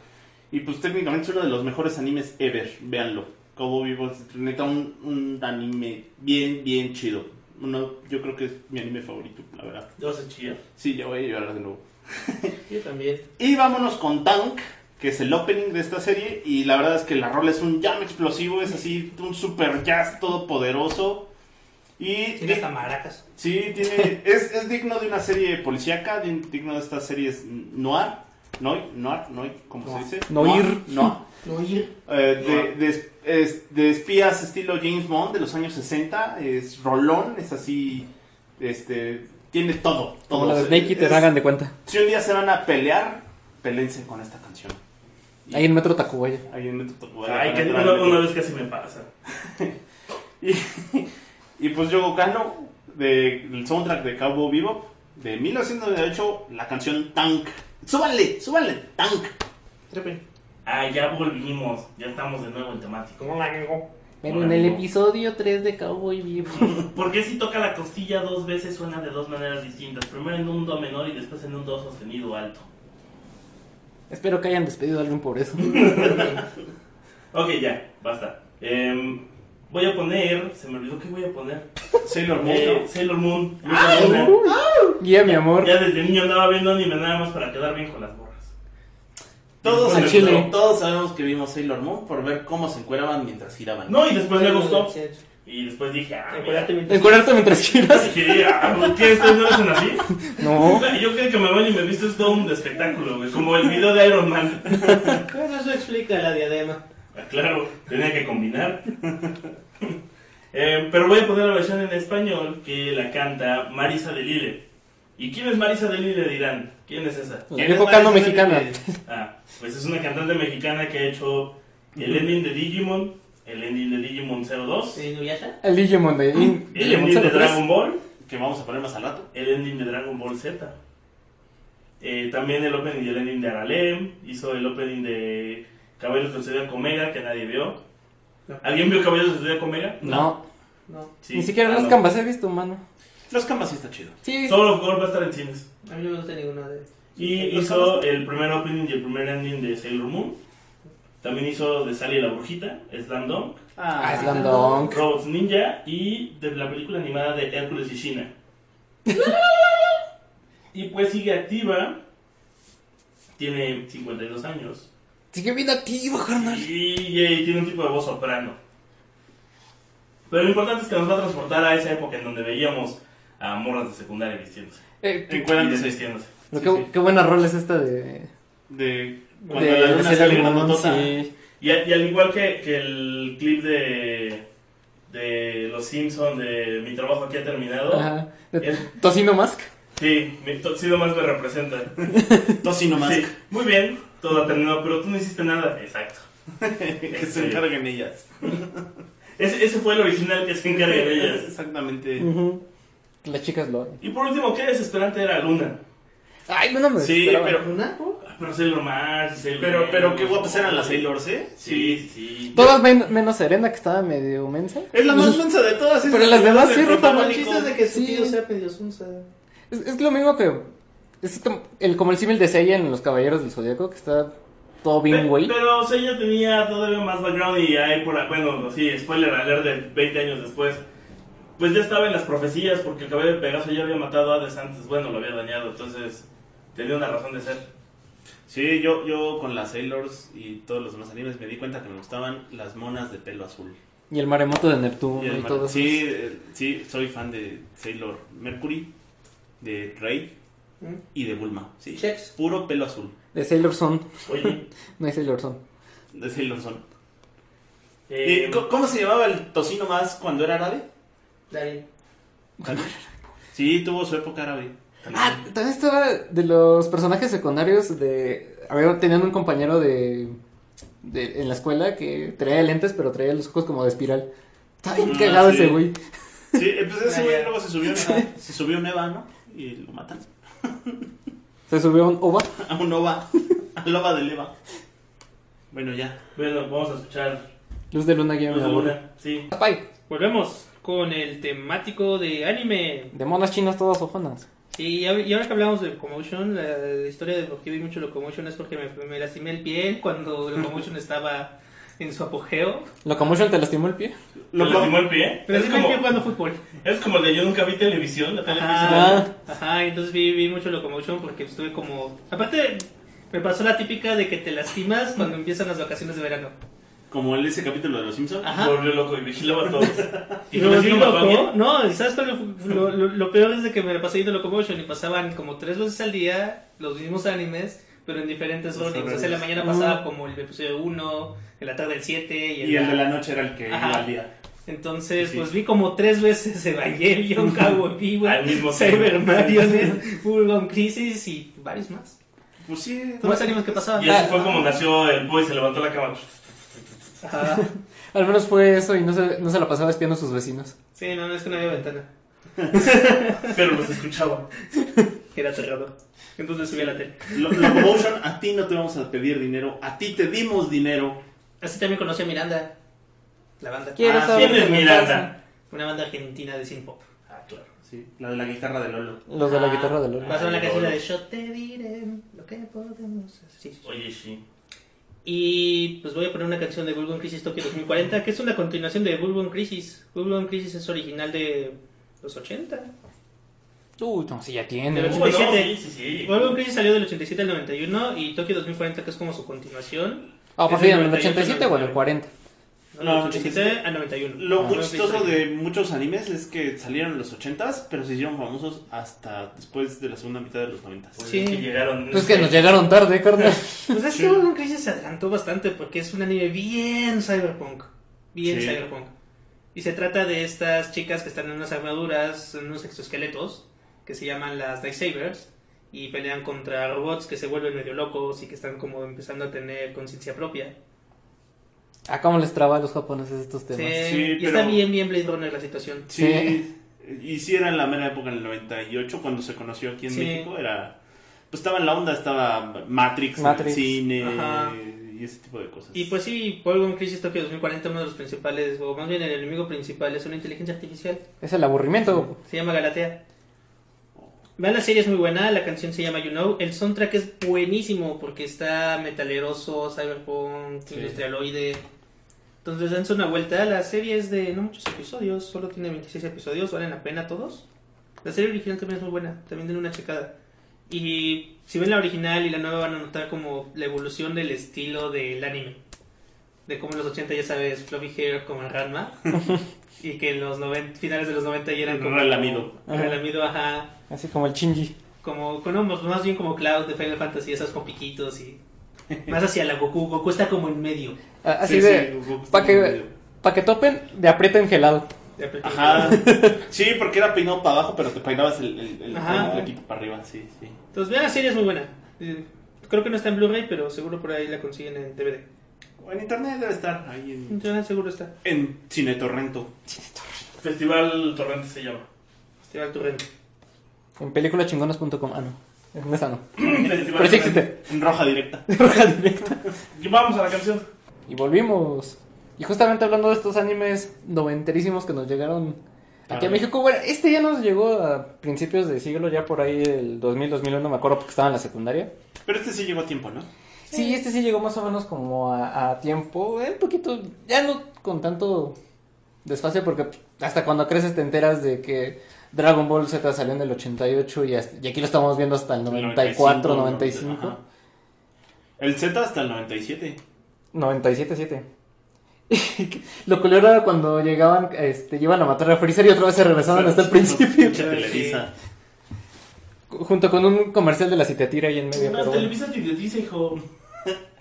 Y pues técnicamente es uno de los mejores animes ever. Véanlo. Como vivo, es neta un, un anime bien, bien chido. Uno, yo creo que es mi anime favorito, la verdad.
¿Te vas a chillar?
Sí, ya voy a llorar de nuevo.
Yo también.
Y vámonos con Tank, que es el opening de esta serie. Y la verdad es que la rola es un jam explosivo, es así, un super jazz todopoderoso. Y
Tiene hasta maracas.
sí, tiene, es, es digno de una serie policíaca, di- digno de estas series noir, noir, noir, noir ¿cómo
Noir.
se dice?
Noir.
noir.
No ir.
Eh, de, de es- es- de espías estilo James Bond de los años 60, es rolón, es así, este, tiene todo. todo.
Como la de Snake
Es-
Eater, hagan de cuenta.
Si un día se van a pelear, pelense con esta canción.
Ahí en Metro Tacubaya.
Ahí en Metro Tacubaya.
Ay, que una, una vez casi me pasa.
Y, y pues Yogo Kano, de- del soundtrack de Cowboy Bebop, de 1998, la canción Tank. ¡Súbanle! ¡Súbanle! ¡Tank!
Ah, ya volvimos. Ya estamos de nuevo en temático.
Pero en el episodio 3 de Cowboy Bebop.
¿Por qué si toca la costilla dos veces suena de dos maneras distintas? Primero en un do menor y después en un do sostenido alto.
[LAUGHS] Espero que hayan despedido a alguien por eso.
Ok, ya, basta. Em, Voy a poner. Se me olvidó que voy a poner.
Sailor Moon.
Eh,
¿no?
Sailor Moon. Sailor Moon.
[LAUGHS] Guía, mi amor.
Ya desde niño andaba viendo anime nada más para quedar bien con las morras.
Todos,
Al
en-
chile.
todos sabemos que vimos Sailor Moon por ver cómo se encueraban mientras giraban.
No, y después Pues me gustó.
Sí, sí.
Y después dije, ah, mira,
Acuérdate mientras-
Encuadrarte mientras quieras.
dije, ah, ¿por ¿qué ustedes no lo hacen así?
No.
Yo creo que me van y me viste es todo un espectáculo, güey. Como el video de Iron Man.
Pues eso explica la diadema.
Ah, Claro, tenía que combinar. [LAUGHS] Eh, pero voy a poner la versión en español que la canta Marisa de Lille. ¿Y quién es Marisa de Lille? Dirán. ¿Quién es esa?
La viejo cano mexicana.
Ah, pues es una cantante mexicana que ha hecho el ending de Digimon, el ending de Digimon 02,
¿Sí, Nuyasha?
El Digimon de In-
el
Digimon
ending de
03.
Dragon Ball,
Que vamos a poner más al rato.
el ending de Dragon Ball Z. Eh, también el opening y el ending de Aralem, hizo el opening de Caballeros del Zodiaco Omega, que nadie vio.
No.
¿Alguien vio Caballeros del Zodiaco Omega?
No,
No,
Sí.
ni siquiera
Ah,
las
no.
cambas he visto, mano.
Los camas sí está chido.
Sí.
Soul of Gold va a estar en cines.
a mí no me gusta ninguna de
Y
Los
hizo el primer opening y el primer ending de Sailor Moon. También hizo de Sally la Brujita, Slam Dunk,
Ah, Slam Dunk.
Robots Ninja y de la película animada de Hércules y China. y pues sigue activa. Tiene 52 años.
Sigue bien activo, carnal.
Y, eh, tiene un tipo de voz soprano. Pero lo importante es que nos va a transportar a esa época en donde veíamos a morras de secundaria vistiéndose.
Eh, qué-
Y
Encuéranse.
desvistiéndose.
pero
sí,
qué,
sí.
qué buena rol es esta de.
De cuando
de
la luna
Sailor
sale
Moon,
grandotota.
sí.
Y, a- y al igual que, que el clip de, de Los Simpsons de Mi trabajo aquí ha terminado,
Ajá. De-
Es-
Tocino Mask.
sí, mi tocido más me representa.
Tocino más.
Sí, muy bien, todo ha terminado, pero tú no hiciste nada. Exacto.
[LAUGHS] que se encarguen ellas.
Ese, ese fue el original que se encarga de ellas.
Exactamente.
Ujú. Las chicas lo aman.
Y por último, qué desesperante era Luna.
Ay, no me
Sí,
esperaba.
pero,
¿Una? ¿no?
Ah, Pero Sailor Mars, Sailor
pero,
Venus.
pero qué guapas eran las Sailors, ¿eh?
Sí, sí.
Todas men- menos Serena, que estaba medio mensa.
Es la más mensa de todas. es
Pues, Pero
la
las
que
demás
hace
sí,
el
Rafa,
El
protagónico.
chiste es de que su
Sí.
tío sea medio sunsa.
Es, es lo mismo que. Es como el, como el símil de Seiya en Los Caballeros del Zodíaco, que está todo bien,
Pe-
güey.
Pero o sea, ella tenía todavía más background y ahí por ahí- bueno, sí, spoiler alert de 20 años después. Pues ya estaba en las profecías porque el cabello de Pegaso ya había matado a Hades antes, bueno, lo había dañado, entonces tenía una razón de ser.
Sí, yo, yo con las Sailors y todos los demás animes me di cuenta que me gustaban las monas de pelo azul.
Y el maremoto de
Y
Neptuno
el
y,
mar-
todo eso.
sí, eh, sí, soy fan de Sailor Mercury, de Rey
¿Mm?
y de Bulma. Sí.
Checks.
Puro pelo azul.
De Sailor Son.
Oye, [LAUGHS]
No hay Sailor Son.
De Sailor Son.
eh,
Eh, ¿cómo- ¿Cómo se llamaba el tocino más cuando era árabe?
Darín.
Sí, tuvo su época árabe.
Ah, también estaba de los personajes secundarios de... Había, tenían un compañero de, de- En la escuela que traía lentes, pero traía los ojos como de espiral. Está bien
Ah,
cagado
sí.
ese güey.
Sí, eh, pues ese güey luego se subió, a- se subió a un Eva, ¿no? Y lo matan. [LAUGHS]
Se subió a un OVA.
A un [LAUGHS] Ova. Al Ova del Eva. Bueno, ya.
bueno, vamos a escuchar
Luz de luna guía
Luz
mi
de
amor.
Luna, sí.
Apay,
Volvemos con el temático de anime.
de monas chinas todas ojonas.
Y, ya- y ahora que hablamos de Locomotion, la, la historia de por qué vi mucho Locomotion es porque me, me lastimé el pie cuando Locomotion [LAUGHS] estaba en su apogeo.
Locomotion te lastimó el pie.
¿Lo
Lo
lastimó el pie?
Me
Es
lastimé el pie
como,
jugando fútbol.
es como el de yo nunca vi televisión, la televisión.
Ajá,
Ah.
ajá, y entonces vi, vi mucho Locomotion porque estuve como... Aparte, me pasó la típica de que te lastimas cuando empiezan las vacaciones de verano.
Como en ese capítulo de Los Simpsons.
Ajá.
Se volvió loco y vigilaba a todos. ¿Y
me volví
recién mató a
loco.
alguien?
No, ¿sabes cuál fue lo, lo- lo peor es de que me la pasé viendo Locomotion y pasaban como tres veces al día los mismos animes, pero en diferentes
Los
órdenes. O sea, en la
horarios.
mañana pasaba como el episodio 1, en la tarde el 7 y, en
Y el de la noche era el que
Ajá.
iba al día.
Entonces,
Sí.
pues vi como tres veces
[LAUGHS]
[LAUGHS] Evangelion, Cowboy Bebop,
Al mismo
Cyber
tiempo.
Marionette, Fulgon Crisis y varios más.
Pues sí.
Todos los animes que pasaban.
Y así fue como nació el boy, se levantó la cama.
Ajá.
Al menos fue eso y no se, no se la pasaba espiando a sus vecinos.
Sí, no, no es que no había ventana.
Pero los escuchaba.
Era aterrador. Entonces subí a la tele.
[LAUGHS] Lo- Locomotion, a ti no te vamos a pedir dinero. A ti te dimos dinero.
Así también conocí a Miranda. La banda.
Quiero
Ah,
saber
¿quién es
qué me
Miranda?
Una banda argentina de synth pop.
Ah, claro.
Sí, la de la guitarra de Lolo.
pasa. Los de la
Ah,
guitarra de Lola.
Pasaron la
Ah,
canción
Lolo.
de Yo te diré lo que podemos hacer. Sí, sí.
Oye, sí.
Y pues voy a poner una canción de Bulbon Crisis Tokyo 2040, que es una continuación de Bulbon Crisis. Bulbon Crisis es original de los 80.
Tú, no, si ya tiene.
Pero-
Uh, no,
87.
sí, sí, sí.
Bulbon Crisis salió del 87 al 91 y Tokio 2040, que es como su continuación.
Ah, por
es del
fin, en el
98 al
87 o en el 40.
No,
No,
del 87 al 91.
Lo
Ah.
muy chistoso de muchos animes es que salieron en los 80s, pero se hicieron famosos hasta después de la segunda mitad de los 90s.
Pues
Sí.
es que llegaron.
Pues que nos llegaron tarde, carnal.
Pues es que Bulbon Crisis se adelantó bastante porque es un anime bien cyberpunk. Bien
Sí.
cyberpunk. Y se trata de estas chicas que están en unas armaduras, en unos exoesqueletos, que se llaman las Night Sabers, y pelean contra robots que se vuelven medio locos y que están como empezando a tener conciencia propia.
Ah, cómo les traba a los japoneses estos
Sí,
temas.
Sí,
y
pero-
está bien, bien Blade Runner la situación.
Sí.
Sí.
Y sí era en la mera época, en el 98, cuando se conoció aquí en
Sí.
México, era... Pues estaba en la onda, estaba Matrix, en el
Matrix.
cine
Ajá.
y ese tipo de cosas.
Y pues sí, Polygon Crisis Tokyo 2040, uno de los principales, o más bien el enemigo principal, es una inteligencia artificial.
Es el aburrimiento.
Se llama Galatea. Vean, la serie es muy buena, la canción se llama You Know. El soundtrack es buenísimo porque está metaleroso, cyberpunk,
Sí.
industrialoide. Entonces dense una vuelta. La serie es de no muchos episodios, solo tiene 26 episodios, valen la pena todos. La serie original también es muy buena, también denle una checada. Y si ven la original y la nueva van a notar como la evolución del estilo del anime. De cómo en los 80 ya sabes, fluffy hair como en Ranma. y que en los 90, finales de los 90 ya eran como...
Relamido.
Relamido, ajá.
Así como el chinji.
Como, con unos- más bien como Cloud de Final Fantasy, esas con piquitos y... Más hacia la Goku. Goku está como en medio.
Ah, Así
Sí, sí,
de.
Goku está
Para
muy
que,
medio.
pa' que topen, de aprieto en gelado.
De apertura.
[LAUGHS] Ajá. sí, porque era peinado para abajo, pero te peinabas el, el, el-
Ajá.
el flequito para arriba, sí, sí.
Entonces vean, la serie es muy buena. Eh, Creo que no está en Blu-ray, pero seguro por ahí la consiguen en DVD.
O en internet debe estar ahí en,
Ya, seguro está.
en Cine Torrento.
Festival Torrente se llama. [CLEARS THROAT]
Festival Torrent.
En peliculachingonas.com. Ah, no. No es no.
Festival
Pero sí
Torrente.
existe.
En roja directa.
[LAUGHS] Roja directa.
Y Vamos a la canción.
Y volvimos. Y justamente hablando de estos animes noventerísimos que nos llegaron aquí a
Ah.
México. Bueno, este ya nos llegó a principios de siglo, ya por ahí el 2000, 2001, no me acuerdo porque estaba en la secundaria.
Pero este sí llegó a tiempo, ¿no?
Sí, este sí llegó más o menos como a, a tiempo, eh, un poquito, ya no con tanto desfase porque hasta cuando creces te enteras de que Dragon Ball Z salió en el 88 y, hasta- y aquí lo estamos viendo hasta el 94, 95,
Ajá. El Z hasta el 97.
97, 7. [LAUGHS] lo que era cuando llegaban, este, iban a matar a Freezer y otra vez se regresaban hasta el principio, [LAUGHS]
Pinche Televisa.
junto con un comercial de la Citeatira ahí en medio. pero
No,
bueno.
Televisa te dice, hijo.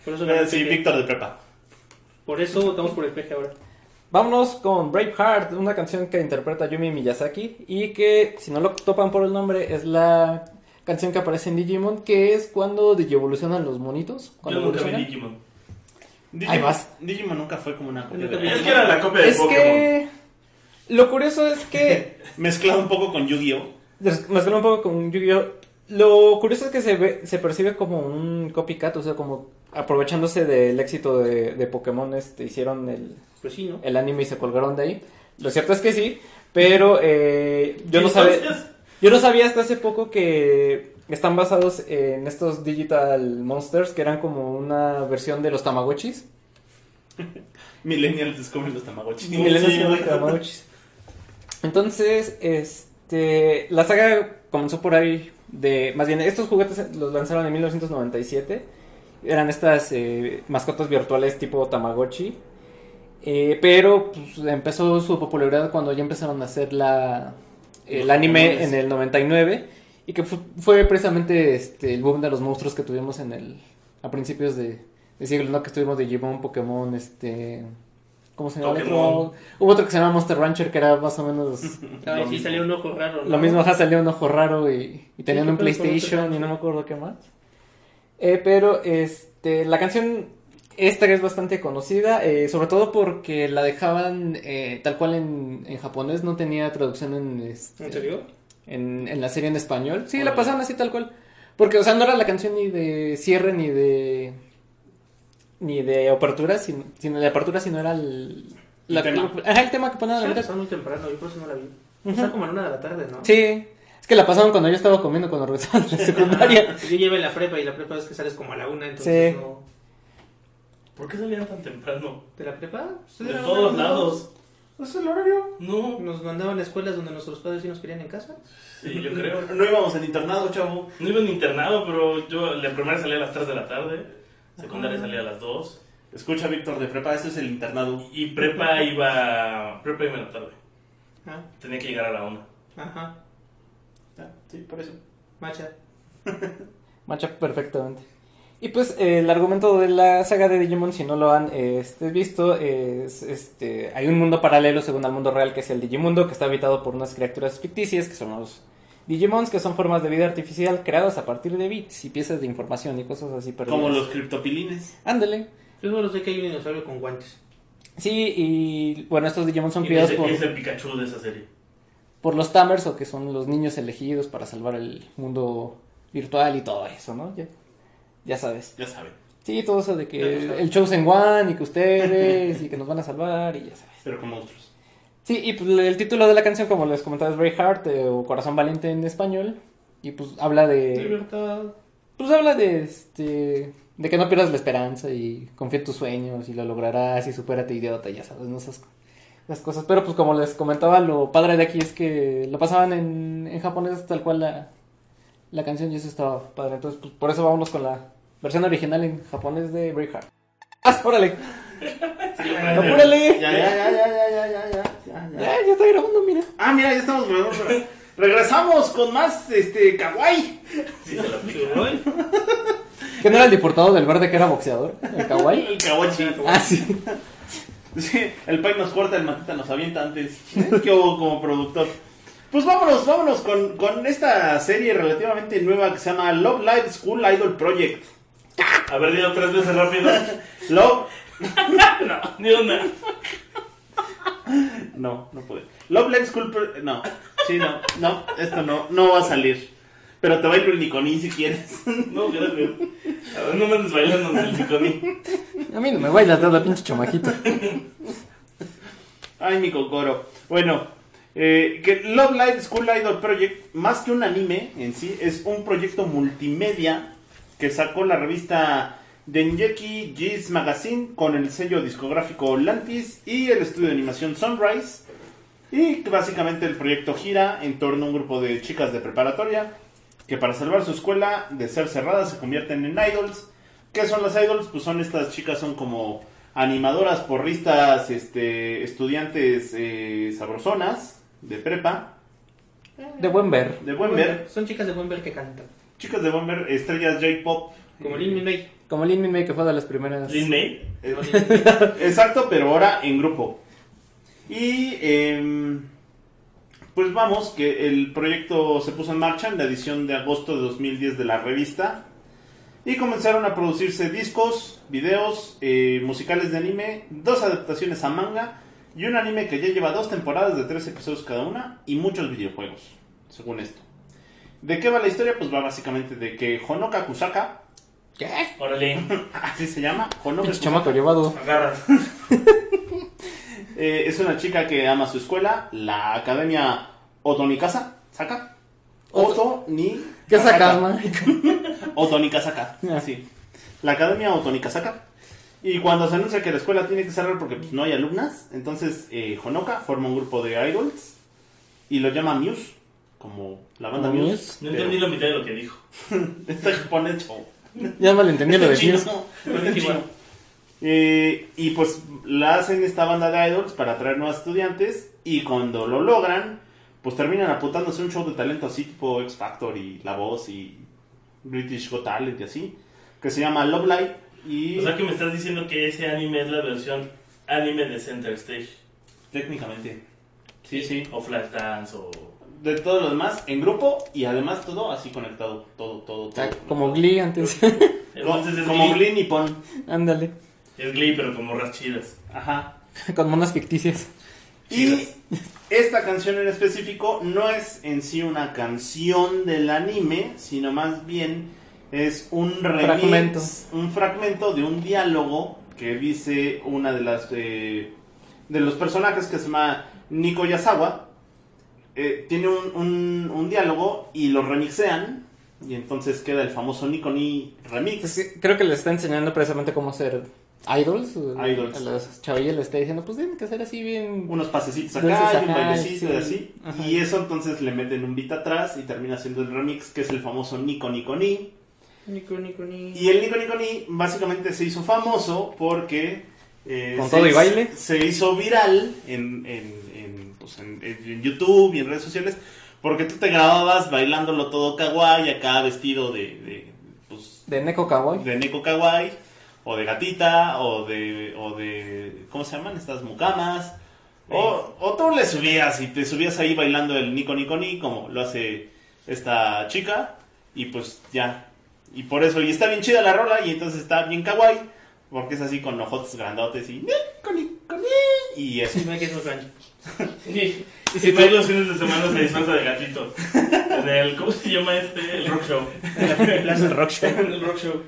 Por eso,
Eh, Sí, Víctor de Prepa.
por eso votamos por el peje ahora.
Vámonos con Braveheart, una canción que interpreta Yumi Miyazaki y que, si no lo topan por el nombre, es la canción que aparece en Digimon, que es cuando digievolucionan los monitos. Cuando
Yo nunca vi
evolucionan.
Digimon.
Digimon,
Ahí vas.
Digimon nunca fue como una copia
Nunca
de
Es que era la copia de
es
Pokémon.
que... Lo curioso es que...
Mezclado un poco con Yu-Gi-Oh!
mezclando un poco con Yu-Gi-Oh! Lo curioso es que se, ve- se percibe como un copycat, o sea, como aprovechándose del éxito de, de Pokémon, este, hicieron el,
Pues sí, ¿no?
el anime y se colgaron de ahí. Lo cierto es que sí, pero eh, yo no sabía...
Entonces,
Yo no sabía hasta hace poco que están basados en estos Digital Monsters que eran como una versión de los Tamagotchis.
Millennials descubren los [LAUGHS] Tamagotchi.
Y milenios que eran los Tamagotchis. Entonces, este, la saga comenzó por ahí de, más bien, estos juguetes los lanzaron en 1997. Eran estas eh, mascotas virtuales tipo Tamagotchi. Eh, pero pues, empezó su popularidad cuando ya empezaron a hacer la, el
Los
anime
Pokémones.
en el 99 y que fu- fue precisamente este, el boom de los monstruos que tuvimos en el a principios de, de siglo, ¿no? Que estuvimos Digimon, Pokémon, este... ¿Cómo se llama? el
Pokémon.
otro? Hubo otro que se llama Monster Rancher que era más o
[LAUGHS]
menos...
Ay, Ah, sí,
mismo.
salió un ojo raro. ¿no?
Lo mismo, ajá, salió un ojo raro y, y tenían
Sí,
un
creo que fue
PlayStation
otro.
y no me acuerdo qué más. Eh, pero este, la canción esta es bastante conocida, eh, sobre todo porque la dejaban eh, tal cual en, en japonés, no tenía traducción en, este,
¿En serio?
en, en la serie en español. Sí, la
Órale.
pasaban así tal cual. Porque, o sea, no era la canción ni de cierre ni de. ni de apertura, sino, sino de apertura, sino era el.
El
la-
tema.
Ajá, el tema que ponían a la
Sí,
mitad.
Está muy temprano, yo por eso no la vi. Está como a la una de la tarde, [LAUGHS] ¿no?
Sí, es que la pasaron cuando yo estaba comiendo cuando
[LAUGHS]
regresaba de la
Ah,
secundaria.
yo llevé la prepa y la prepa es que sales como a la una, entonces
Sí.
no.
¿Por qué salían tan temprano?
¿De la prepa?
De todos lados.
¿Es el horario?
No.
Nos mandaban a escuelas donde nuestros padres sí nos querían en casa.
Sí, yo creo.
No íbamos en internado, chavo.
No iba en internado, pero yo la primaria salía a las 3 de la tarde, secundaria salía a las 2
Escucha, Víctor, de prepa, este es el internado.
y prepa iba, prepa iba en la tarde.
Ah,
Tenía que llegar a la 1.
ajá,
Ah, Sí, por eso.
macha.
Macha perfectamente. Y pues eh, el argumento de la saga de Digimon, si no lo han eh, este, visto, es este hay un mundo paralelo según al mundo real que es el Digimundo, que está habitado por unas criaturas ficticias que son los Digimons, que son formas de vida artificial creadas a partir de bits y piezas de información y cosas así perdidas.
Como los criptopilines.
Ándale.
Yo solo sé que hay un dinosaurio con guantes.
Sí, y bueno, estos Digimon son
Y
criados
ese,
por,
es el Pikachu de esa serie.
por los Tamers, o que son los niños elegidos para salvar el mundo virtual y todo eso, ¿no? Ya, ya sabes.
Ya saben.
Sí, todo eso de que
Ya tú sabes.
el Chosen One y que ustedes y que nos van a salvar y ya sabes.
Pero con monstruos.
Sí, y pues el título de la canción, como les comentaba, es Braveheart eh, o Corazón Valiente en español. Y pues habla de.
Libertad.
Pues habla de este. De que no pierdas la esperanza y confía en tus sueños y lo lograrás y supérate idiota, ya sabes, no esas, las cosas. Pero pues como les comentaba, lo padre de aquí es que lo pasaban en, en japonés tal cual la, la canción y eso estaba padre. Entonces pues, por eso vámonos con la versión original en japonés de Braveheart. ¡Ah, órale! [LAUGHS] ¡Apúrale!
Ya, ya, ya, ya, ya, ya, ya, ya, ya, ya.
Ya, ya está grabando, mira.
Ah, mira, ya estamos grabando. Regresamos con más, este, kawaii.
Sí, se la aplica.
¿Que no era el diputado del verde que era boxeador? ¿El kawaii?
El kawachi.
Ah, sí.
Sí, el pay nos corta, el matita nos avienta antes. ¿Qué hubo como productor? Pues vámonos, vámonos con, con esta serie relativamente nueva que se llama Love Live School Idol Project.
[LAUGHS] A ver, dilo tres veces rápido.
[LAUGHS] Love.
No, ni una.
No, no puede. Love Live School Pro- No, sí, no, no, esto no, no va a salir. Pero te bailo el Niconín si quieres.
No, gracias. A ver, no me andes bailando en el psiconí.
A mí no me bailas nada, pinche chomajito.
Ay, mi cocoro. Bueno, eh, que Love Live School Idol Project, más que un anime en sí, es un proyecto multimedia que sacó la revista Dengeki Jizz Magazine con el sello discográfico Lantis y el estudio de animación Sunrise. Y que básicamente el proyecto gira en torno a un grupo de chicas de preparatoria que para salvar su escuela de ser cerrada se convierten en idols. ¿Qué son las idols? Pues son estas chicas, son como animadoras, porristas, este, estudiantes eh, sabrosonas de prepa,
De buen ver.
de buen ver,
Son chicas de buen ver que cantan.
chicas de buen ver, estrellas J-pop.
Como Lin Min May.
Como Lin Min May, que fue de las primeras.
Lin May.
Eh, [LAUGHS] Exacto, pero ahora en grupo. Y em, pues vamos, que el proyecto se puso en marcha en la edición de agosto de 2010 de la revista. Y comenzaron a producirse discos, videos, eh, musicales de anime, dos adaptaciones a manga y un anime que ya lleva dos temporadas de tres episodios cada una y muchos videojuegos, según esto. ¿De qué va la historia? Pues va básicamente de que Honoka Kusaka, [LAUGHS]
¿Qué?
Órale,
así se llama, Honoka
Pinche
Kusaka,
chamaco llevado.
agarras.
Eh, es una chica que ama su escuela, la academia Otonikasa, Saka. Oto ni.
¿Qué sacas, man? [LAUGHS]
Otonikasaka.
Ya.
Sí. La academia Otonikasaka. Y cuando se anuncia que la escuela tiene que cerrar porque pues, no hay alumnas, entonces eh, Honoka forma un grupo de idols y lo llama Muse, como la banda
¿Como
Muse.
No
pero
entendí la mitad de lo que dijo.
[LAUGHS] Está japonés, chavo.
Ya mal entendí lo de
Chino,
Dios.
está chino. Eh, y pues la hacen esta banda de idols para atraer nuevos estudiantes y cuando lo logran, pues terminan apuntándose a un show de talento así tipo X Factor y La Voz y British Got Talent y así, que se llama Love Live y
O sea que me estás diciendo que ese anime es la versión anime de Center Stage.
técnicamente. Sí, sí.
O Flashdance o.
De todo lo demás, en grupo y además todo así conectado, todo, todo, todo.
Como Glee antes. [LAUGHS]
Entonces es
como
Glee.
Blin y Pon.
Ándale.
Es Glee, pero con morras chidas.
Ajá.
Con monas ficticias.
Y esta canción en específico no es en sí una canción del anime, sino más bien es un remix,
Fragmento.
un fragmento de un diálogo que dice una de las eh, de los personajes que se llama Nico Yasawa. eh, tiene un, un- un diálogo y lo remixean y entonces queda el famoso Nico Ni remix.
Es que creo que les está enseñando precisamente cómo hacer Idols.
Idols.
A los chavillos les está diciendo, pues tienen que ser así bien.
unos pasecitos
Entonces,
acá y un
ajá,
bailecito
sí.
y así.
Ajá.
Y eso entonces le meten un beat atrás y termina haciendo el remix que es el famoso Nico Nico Ni.
Nico, Nico, ni.
Y el Nico Nico Ni básicamente se hizo famoso porque... eh,
Con
se
todo y
hizo-
baile.
Se hizo viral en, en- en, pues, en- en YouTube y en redes sociales porque tú te grababas bailándolo todo kawaii acá vestido de... de, pues,
De Neko Kawaii.
de Neko Kawaii, o de Gatita, o de, o de ¿cómo se llaman? Estas mucamas. O, o tú le subías y te subías ahí bailando el Nico Nico Ni, como lo hace esta chica, y pues ya. Y por eso, y está bien chida la rola, y entonces está bien kawaii, porque es así con ojos grandotes y Nico Nico Ni, y eso.
Sí, me quedo rancho. Sí.
Y si todos los fines de semana se disfraza de gatito. En el, ¿Cómo se llama este? El rock show.
En la Friki Plaza.
Rock Show.
En [LAUGHS] el rock show.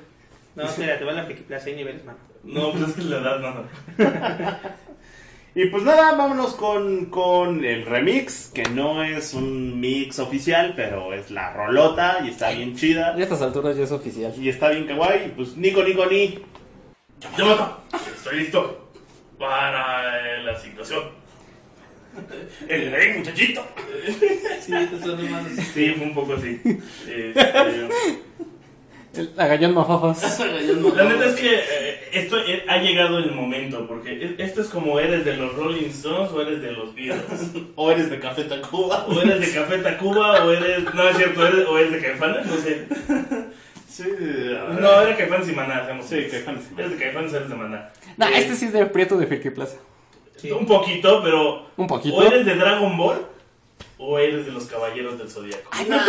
No, espera, te va a la Friki Plaza, hay niveles, mano.
No, pues es que la edad no.
Y pues nada, vámonos con, con el remix, que no es un mix oficial, pero es la rolota y está bien chida.
Y a estas alturas ya es oficial.
Y está bien kawaii, pues Nico Nico Ni.
¡Ya basta! Estoy listo para eh, la situación. ¡El rey, muchachito!
Sí, estos son los más.
Sí, fue un poco así. Este,
El
[LAUGHS]
agallón mafafas.
La neta es que eh, esto eh, ha llegado el momento, porque e- esto es como eres de los Rolling Stones o eres de los Beatles.
O eres de Café Tacuba.
O eres de Café Tacuba o eres... No, es cierto, eres- o eres de Caifanes, no sé.
Sí, Ah,
No, era Caifanes y Maná, seamos
Sí,
honestos.
Caifanes y Maná.
Eres de Caifanes, eres de Maná.
Nah,
Eh,
este sí es de Prieto de Firky Plaza.
Sí.
Un poquito, pero...
Un poquito.
O eres de Dragon Ball o eres de los Caballeros del Zodíaco.
Ay, no, sí,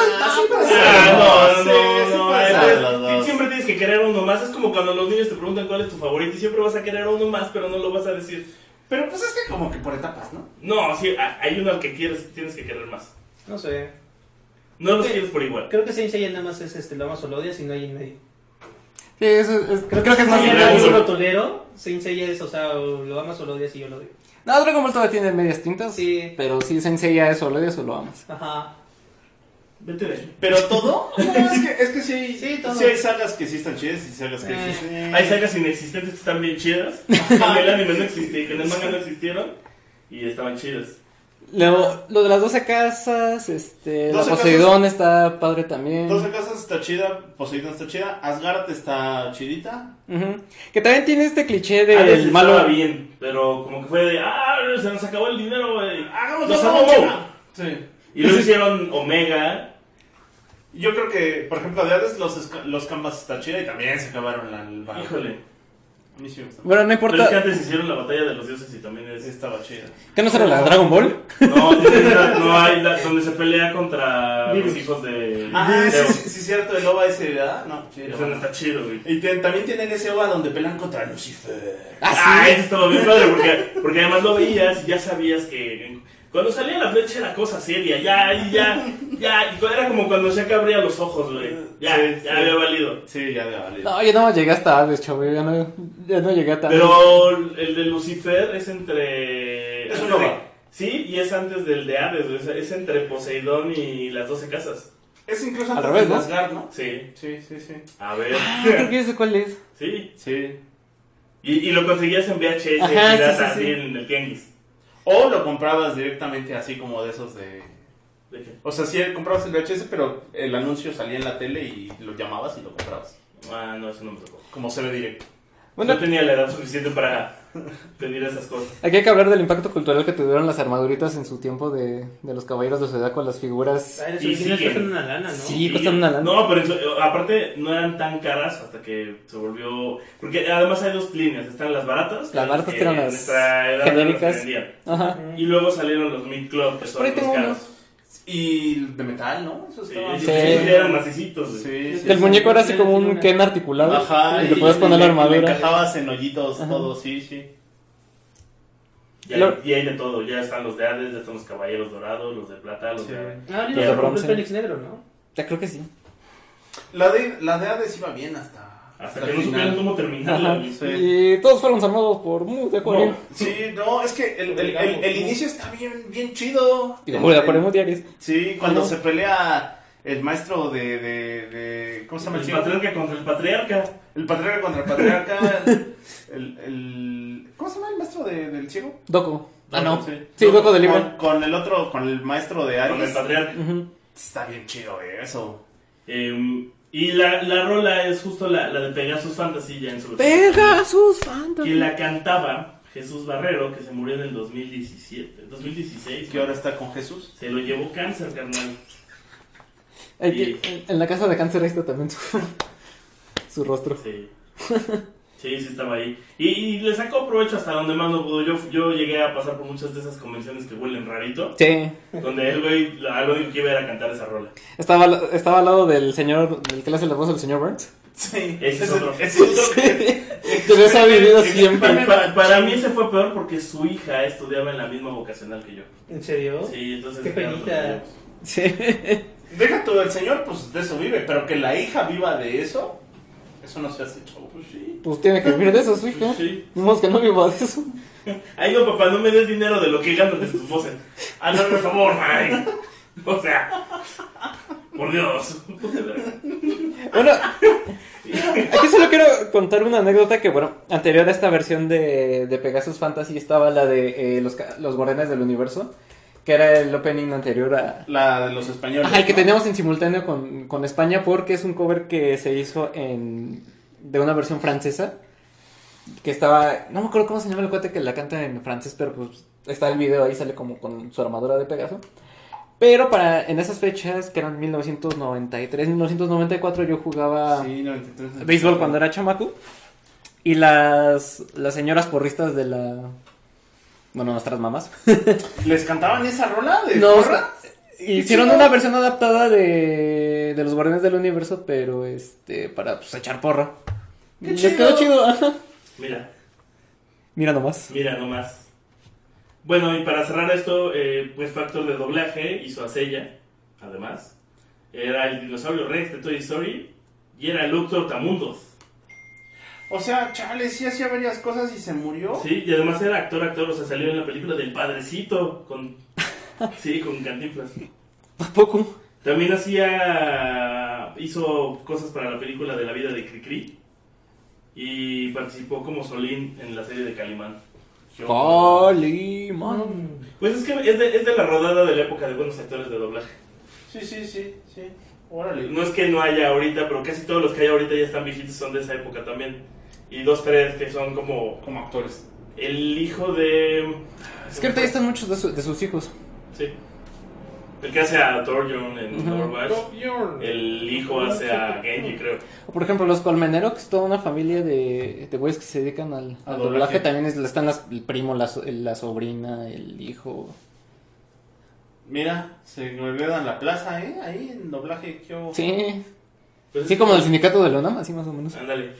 pero sí.
Ah, no,
Sí,
no,
sí
no,
puede
eh,
ser
eh,
los dos.
Siempre tienes que querer uno más. Es como cuando los niños te preguntan cuál es tu favorito y siempre vas a querer uno más, pero no lo vas a decir.
Pero pues es que como que por etapas, ¿no?
No, sí, a- hay uno al que quieres, tienes que querer más.
No sé.
No los quieres por igual.
Creo que Saint Seiya nada más es este, lo amas o lo odias y no hay en medio.
Sí, eso es- creo, que es más
Sí,
bien
Saint
Dragon
Seiya
Ball.
yo
eso.
lo tolero, Saint Seiya es, o sea, o lo amas o lo odias y yo lo odio.
No, Dragon Ball todavía tiene medias tintas.
Sí.
Pero sí, Sensei ya eso, lo odias o lo amas.
Ajá.
Vete de ahí.
Pero [LAUGHS] todo. es que, es que sí, hay-
Sí, todo.
sí hay sagas que sí están chidas y sagas que
Eh.
sí.
Hay sagas inexistentes que están bien chidas. Que en el anime no existía, que en el manga no existieron. Y estaban chidas.
Lo, lo de las 12 casas, este, la
12
Poseidón está padre también.
12 casas está chida, Poseidón está chida, Asgard está chidita.
Ujú. Que también tiene este cliché
A veces
del malo.
Ah, estaba bien, pero como que fue de, ah, se nos acabó el dinero, güey.
¡Hagamos
Nos
otra
amó.
noche! Sí.
Y luego hicieron Omega.
Yo creo que, por ejemplo, de Hades los, esca- los canvas está chida y también se acabaron la. la-
Híjole.
A mí sí me gustó.
Bueno, no
Pero es que
importa.
antes hicieron la batalla de los dioses y también
Sí,
es...
Estaba chida.
¿Qué no será la de Dragon Ball?
[LAUGHS] No, no hay la- donde se pelea contra los hijos de...
Ah,
Zeus.
sí, sí, sí, cierto, el OVA ese, ¿verdad? No, sí, el
Eso no
OVA.
está chido, güey.
Y te- también tienen ese OVA donde pelean contra Lucifer.
Ah, sí.
Ah, eso estaba bien padre, porque, porque además lo veías y ya sabías que cuando salía la flecha era cosa seria, ya, y ya, ya, y cu- era como cuando se abría los ojos, güey. Ya,
Sí, sí.
ya había valido.
Sí, ya de valido.
No, yo no llegué hasta Hades, chavo. Ya no, ya no llegué hasta Hades.
Pero el de Lucifer es entre.
Es un
antes de-
ova.
Sí, y es antes del de Hades, güey, o sea, es entre Poseidón y las 12 casas.
Es incluso
Al
antes
revés,
de
¿no?
Asgard, ¿no?
Sí,
Sí, sí, sí.
a ver.
Ah, creo que yo sé cuál es.
Sí,
Sí.
y, y lo conseguías en VHS,
Ajá, sí,
pirata,
sí,
así
sí.
en el tianguis.
O lo comprabas directamente así como de esos de...
¿De qué?
O sea, sí, comprabas el VHS, pero el anuncio salía en la tele y lo llamabas y lo comprabas.
Ah, no, eso no me tocó.
Como se ve directo.
Bueno,
no tenía la edad suficiente para pedir esas cosas.
Aquí hay que hablar del impacto cultural que tuvieron las armaduritas en su tiempo de, de los caballeros de Zodiaco, las figuras.
Ah, eres
Y
original,
siguen.
cuestan una lana, ¿no?
Sí. cuestan una lana.
No, pero en su- aparte no eran tan caras hasta que se volvió. Porque además hay dos líneas: están las baratas.
Las baratas que eran
en
las
nuestra edad no las
genéricas.
vendían.
Ajá.
Mm.
Y luego salieron los mid club, que
Por
son
ahí
los
tengo pues, uno.
caros.
Y de metal, ¿no? Eso
Sí,
estaba...
sí,
Sí.
sí, eran macicitos. güey.
sí,
El
sí.
muñeco era así
sí,
como
sí,
un
una-
Ken articulado.
Ajá.
y le podías poner la
y le- y le
armadura.
encajabas en hoyitos, todo, sí, sí.
Y, hay, y hay de todo: ya están los de Hades, ya están los caballeros dorados, los de plata, los
Sí.
de.
Ah,
Los de
ahorita compró
bronce.
el Fénix Negro, ¿no?
Ya creo que sí.
La de, la de Hades iba bien hasta...
Hasta que no
el final.
supieron cómo terminarla.
Ajá.
güey.
Sí.
Y todos fueron armados por Mu de Acuario.
Sí, no, es que el, el- el- el inicio está bien, bien chido.
Y de Mu de Acuario Mu de Aries.
Sí, cuando
Ajá.
se pelea el maestro de, de, de- ¿cómo se llama el
El
señor?
patriarca contra el patriarca.
El patriarca contra el patriarca. el, el- el- ¿Cómo se llama el maestro de- del ciego?
Doco. Ah, no.
Sí,
Sí, Doco de
con,
Lima.
con el otro, con el maestro de
Con el
Aries.
patriarca.
Ujú.
Está bien chido, eh, eso.
Eh, y la, la rola es justo la, la de Pegasus Fantasy ya en su
Pegasus
Quien
Fantasy.
la cantaba Jesús Barrero, que se murió en el 2017. 2016.
Que ahora está con Jesús.
Se lo llevó cáncer, carnal.
Aquí, en- en la casa de cáncer ahí está también su, [LAUGHS] su rostro.
Sí. Sí, sí estaba ahí. Y, y le sacó provecho hasta donde más no pudo. Yo, yo llegué a pasar por muchas de esas convenciones que huelen rarito,
Sí.
donde el güey la- lo único que iba era cantar esa rola.
Estaba, al- estaba al lado del señor, del que le hace la voz al señor [LAUGHS] Burns.
Sí,
Ese es otro.
ese es
[LAUGHS]
otro que-
Yo les ha vivido siempre.
Pa- pa- para mí ese fue peor porque su hija estudiaba en la misma vocacional que yo.
¿En serio?
Sí, entonces...
Qué penita.
Sí.
Deja tú, el señor, pues de eso vive, pero que la hija viva de eso, eso no se hace chavo.
Pues sí.
Pues tiene que vivir de eso, su hija.
Pues sí.
Vemos que no vivo de eso.
Ay, no, papá, no me des dinero de lo que ganas de tus voces. Hazme por favor, ay. O sea... Por Dios.
Bueno, aquí solo quiero contar una anécdota que, bueno, anterior a esta versión de, de Pegasus Fantasy estaba la de eh, los, ca- los Guardianes del Universo, que era el opening anterior a...
La de los españoles.
Ajá, el que
¿no?
teníamos en simultáneo con, con España porque es un cover que se hizo en de una versión francesa que estaba, no me acuerdo cómo se llama el cuate que la canta en francés, pero pues está el video ahí, sale como con su armadura de Pegaso. Pero para en esas fechas, que eran 1993, 1994, yo jugaba
Sí, 93.
béisbol cuando era chamaco. Y las, las señoras porristas de la... Bueno, nuestras mamás.
¿Les cantaban esa rola de
No,
porra?
Hicieron
chido.
una versión adaptada de, de los Guardianes del Universo, pero este, para pues, echar porra.
¡Qué
Les
chido!
quedó chido, ajá.
Mira.
Mira nomás.
Mira, nomás. Bueno, y para cerrar esto, eh, pues Factor de doblaje hizo a Sella, además. Era el dinosaurio Rex de Toy Story y era Luke Tamundos.
O sea, chale, sí hacía varias cosas y se murió.
Sí, y además era actor, actor, o sea, salió en la película del Padrecito con... Sí, con Cantinflas.
Tampoco.
También hacía... hizo cosas para la película de la vida de Cricri y participó como Solín en la serie de Calimán.
Calimán.
Mm.
Pues es que es de, es de la rodada de la época de buenos actores de doblaje.
Sí, sí, sí, sí. Órale.
No es que no haya ahorita, pero casi todos los que hay ahorita ya están viejitos, son de esa época también. Y dos, tres que son como
Como actores.
el hijo de.
Es que ahorita ya están muchos de, su- de sus hijos.
Sí. El que hace a Thorjon en
Ujú.
Overwatch. El hijo hace a Genji, creo.
Por ejemplo, los Colmeneros, que es toda una familia de, de güeyes que se dedican al,
Al
al
doblaje.
doblaje. También es- están las- el primo, la, so- la sobrina, el hijo.
Mira, se en la plaza, ¿eh? Ahí en doblaje, ¿qué hubo?
Sí,
Pues
sí, como el sindicato de la UNAM, así más o menos.
Ándale.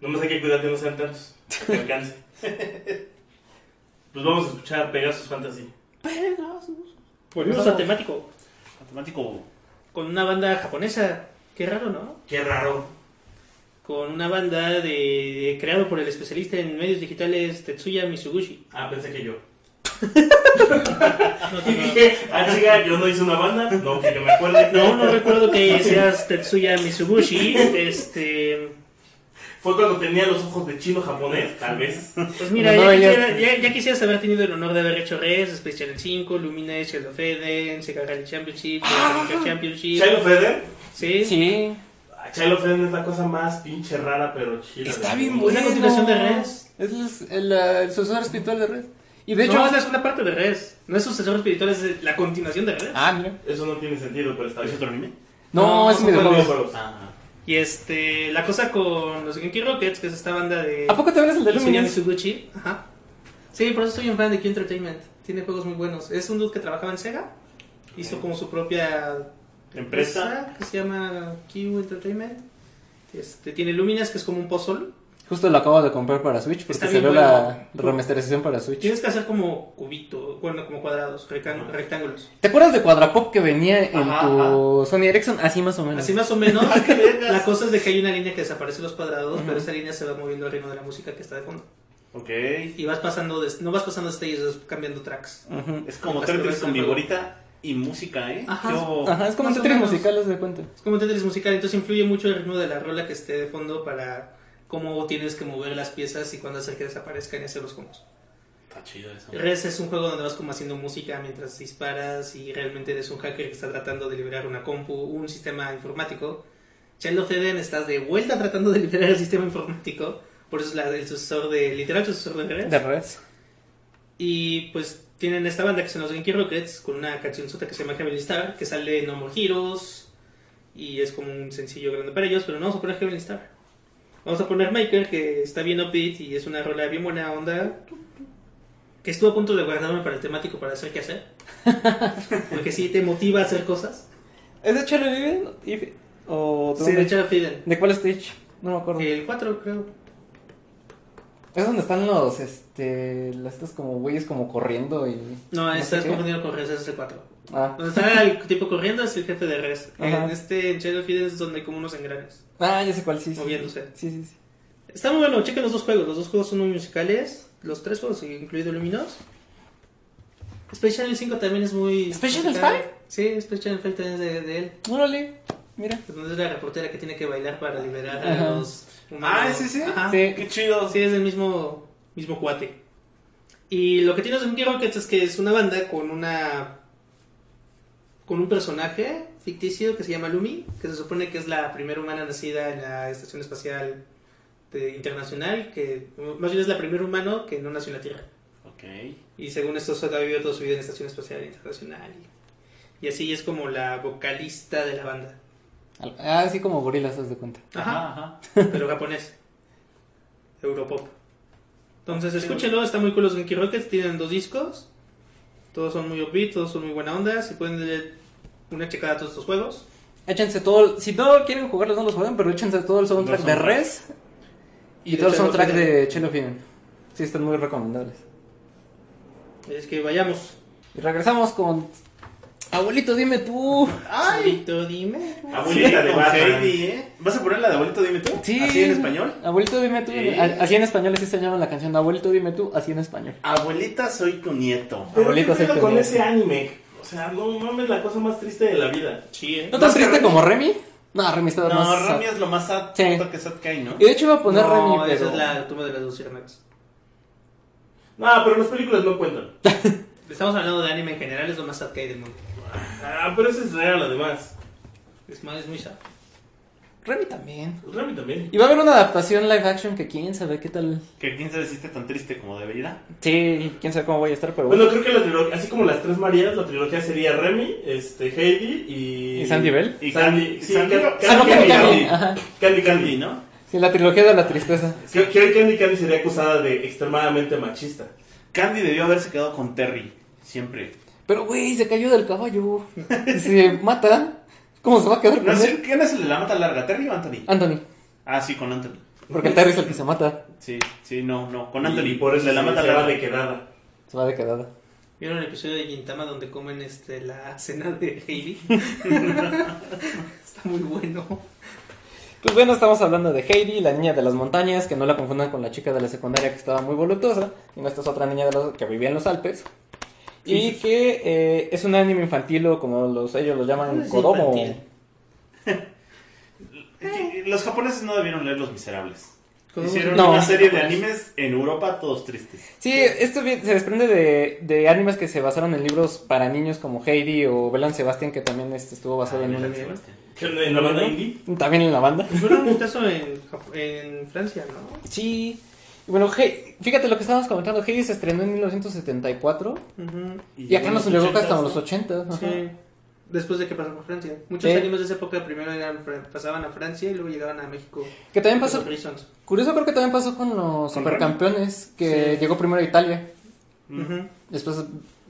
Nomás hay que cuidar que no sean tantos. para Que alcance. pues vamos a escuchar Pegasus Fantasy.
Volvemos al temático.
Matemático.
Con una banda japonesa. Qué raro, ¿no?
Qué raro.
Con una banda de, creado por el especialista en medios digitales Tetsuya Mizuguchi.
Ah, pensé
[LAUGHS]
que yo.
No,
Y
no,
dije, ah, chica, yo no hice una banda. No, que yo me acuerde.
no, no recuerdo que seas Tetsuya Mizuguchi. Este,
Fue cuando tenía los ojos de chino japonés, tal vez.
pues mira,
No,
ya,
ya-
quisiera- ya- ya quisieras haber tenido el honor de haber hecho Res, Space Channel 5, Lumines, Shadow of Eden, Sega Rally Championship, Sega Championship.
Chilo Feden.
Sí,
Sí.
Chilo Feden es la cosa más pinche rara, pero chida.
Está
del
bien
mundo.
buena.
bueno.
Es la continuación de Res.
Es el, el, eh, el sucesor espiritual de Red. Y de
De
hecho.
hecho, es la segunda parte de Res. No es sucesor espiritual, es la continuación de Res.
Ah, mira.
Eso no tiene sentido, pero está
¿Es
bien.
otro anime?
No,
No,
es un
son
videojuego.
videojuegos.
[LAUGHS]
Ah,
Y este, la cosa con los Genki Rockets, que es esta banda de.
¿A poco te ves el de
Tetsuya
Luminous?
Mizuguchi. Ajá. Sí, por eso soy un fan de Q Entertainment. Tiene juegos muy buenos. Es un dude que trabajaba en Sega. Hizo como su propia
¿Empresa?
que se llama Q Entertainment. Este, tiene Luminas, que es como un puzzle.
Justo lo acabo de comprar para Switch porque
Está
salió
bien
la
bueno.
remasterización para Switch.
Tienes que hacer como cubito, bueno, como cuadrados, rectán- rectángulos.
¿Te acuerdas de Quadrapop que venía en
Ajá,
tu Sony Ericsson? Así más o menos.
Así más
[LAUGHS]
o menos.
Ah, qué vergas.
la cosa es de que hay una línea que desaparece los cuadrados, pero esa línea se va moviendo al ritmo de la música que está de fondo.
Ok.
Y vas pasando, de- no vas pasando stages, vas cambiando tracks.
Ujú.
Es como
Las que
Tetris
ves en
con
el
vigorita. y música, ¿eh?
Ajá.
Yo-
Ajá, es como un
Oh, Más o
Tetris
menos.
musical, haz de cuenta.
Es como un Tetris musical, entonces influye mucho el ritmo de la rola que esté de fondo para cómo tienes que mover las piezas y cuándo hacer que desaparezcan y hacer los combos.
Está chido eso.
Res es un juego donde vas como haciendo música mientras disparas y realmente eres un hacker que está tratando de liberar una compu, un sistema informático. Child of Eden estás de vuelta tratando de liberar el sistema informático, por eso es la, el sucesor de, literal sucesor de Res.
De revés.
Y pues tienen esta banda que son los Genki Rockets con una canción sota que se llama Heavenly Star, que sale en No More Heroes y es como un sencillo grande para ellos, pero no vamos a poner Heavenly Star. Vamos a poner Maker, que está bien upbeat y es una rola bien buena onda. Que estuve a punto de guardarme para el temático para hacer qué
[LAUGHS]
hacer. Porque sí te motiva a hacer cosas.
¿Es de Charlie Vivian? If- ¿O de
Sí, de
dónde?
Chad Fiden.
¿De cuál stage? No me acuerdo.
El 4, creo.
Es donde están los, este, las- estos como güeyes como corriendo y...
No,
sé
estás
qué.
confundido con Res, es el 4.
Ah.
Donde está el tipo corriendo es el jefe de Res.
Ajá.
En este, en Child of Eden es donde hay como unos engranes.
Ah, ya sé cuál, sí, sí.
Moviéndose.
Sí, sí, sí.
Está muy bueno, chequen los dos juegos. Los dos juegos son muy musicales. Los tres juegos, incluido Luminos. Space Channel 5 también es muy.
¿Space Channel
musical.
5?
Sí, Space Channel 5 también es de, de él.
Órale, mira.
Donde es la reportera que tiene que bailar para liberar
Ajá.
a los humanos.
Ah, sí, sí.
Ajá.
Sí.
Qué chido.
Sí, es el mismo, mismo cuate. Y lo que tiene Smoky Rockets es que es una banda con una. con un personaje ficticio que se llama Lumi, que se supone que es la primera humana nacida en la Estación Espacial de- Internacional, que más bien es la primera humano que no nació en la Tierra.
Ok.
Y según esto, solo ha vivido toda su vida en la Estación Espacial Internacional. Y, y así es como la vocalista de la banda,
Al- Ah, sí, como gorilas, haz de cuenta.
Ajá.
ajá.
pero japonés. Europop. Entonces, escúchenlo, está muy cool los Genki Rockets, tienen dos discos. Todos son muy upbeat, todos son muy buena onda, si pueden darle una checada a todos estos juegos.
Échense todo, el- si no quieren jugarlos no los jueguen, pero échense todo el soundtrack
No
de
son-
Res y,
Y de
todo el
Chelo
soundtrack
Fiden.
de Chelo Fiden. Sí, están muy recomendables.
Es que vayamos.
Y regresamos con... Abuelito, dime tú.
Solito, dime.
Abuelita
Sí,
de
con
Batman.
Heidi, ¿eh? ¿Vas a poner la de abuelito, dime tú?
Sí.
¿Así en español?
Abuelito, dime tú.
Sí.
A- Así en español, así se llama la canción. Abuelito, dime tú, así en español.
Abuelita, soy tu nieto.
Pero
Abuelita,
¿qué pedo
soy tu
con
nieto.
ese anime? O sea, no mames, la cosa más triste de la vida.
Sí, ¿eh?
¿No tan triste como Remy? No, Remy está
No,
más...
Rami es lo más sad
Sí.
puta que sad que hay, ¿no?
Y de hecho iba a poner Remy,
No,
pero...
esa es la tumba de las luciérnagas.
No, pero las películas no cuentan.
Estamos hablando de anime en general, es lo más sad que hay del mundo.
Ah, pero ese es real, además.
Es, más, es muy sad.
Remy también.
Rami Pues también.
Y va a haber una adaptación live action que quién sabe qué tal.
Que quién sabe si esté tan triste como debería.
Sí, quién sabe cómo voy a estar, pero
Bueno, creo que la trilogía, así como las tres Marías, la trilogía sería Remy, este, Heidi y...
¿Y Sandy Bell?
Y Sandy, sí,
Sandy-
Ca- Candy,
Sandy-
Sandy
Candy,
Candy,
Candy,
ajá.
Candy,
Candy,
Candy, ¿no?
¿no?
Sí, la trilogía de la tristeza.
Creo creo que Candy Candy sería acusada de extremadamente machista.
Candy debió haberse quedado con Terry. Siempre.
Pero, güey, se cayó del [LAUGHS] caballo. Y se mata. ¿Cómo se va a quedar con
No
él?
sé, ¿Quién es el de la mata larga? ¿Terry o Anthony?
Anthony.
Ah, sí, con Anthony.
Porque el Terry es el que se mata.
Sí, sí, no, no. Con Anthony.
Y por eso
de la
se-
mata
se va
larga.
de quedada.
Se va de quedada.
¿Vieron el episodio de Gintama donde comen este, la cena de [LAUGHS] Hailey? Está muy bueno.
Pues bueno, estamos hablando de Heidi, la niña de las montañas, que no la confundan con la chica de la secundaria que estaba muy voluptuosa, y no esta es otra niña de los- que vivía en los Alpes, y que eh, es un anime infantil o como los, ellos lo llaman,
Es
Kodomo.
infantil.
Eh, Los japoneses no debieron leer Los Miserables.
Kodomo
Hicieron
es un
No.
una serie de
japonés.
animes en Europa todos tristes.
Sí, esto vi- se desprende de, de animes que se basaron en libros para niños como Heidi o Belan Sebastian, que también este, estuvo basado en un...
Sebastián.
¿Qué onda, ¿En la banda indie?
También en la banda.
Fueron un gustazo en, Jap- en Francia, ¿no?
Sí. Y bueno, Hei- fíjate lo que estábamos comentando, Heidi se estrenó en 1974 y acá
en
nos llegó hasta
80s,
los 80.
Sí. Después de que pasaron a Francia. Muchos
Sí.
animes de esa época primero eran fr- pasaban a Francia y luego llegaban a México.
Que también pasó,
Los Reasons.
Curioso creo que también pasó con los
¿Con
supercampeones, que
Sí.
llegó primero a Italia,
Ujú.
después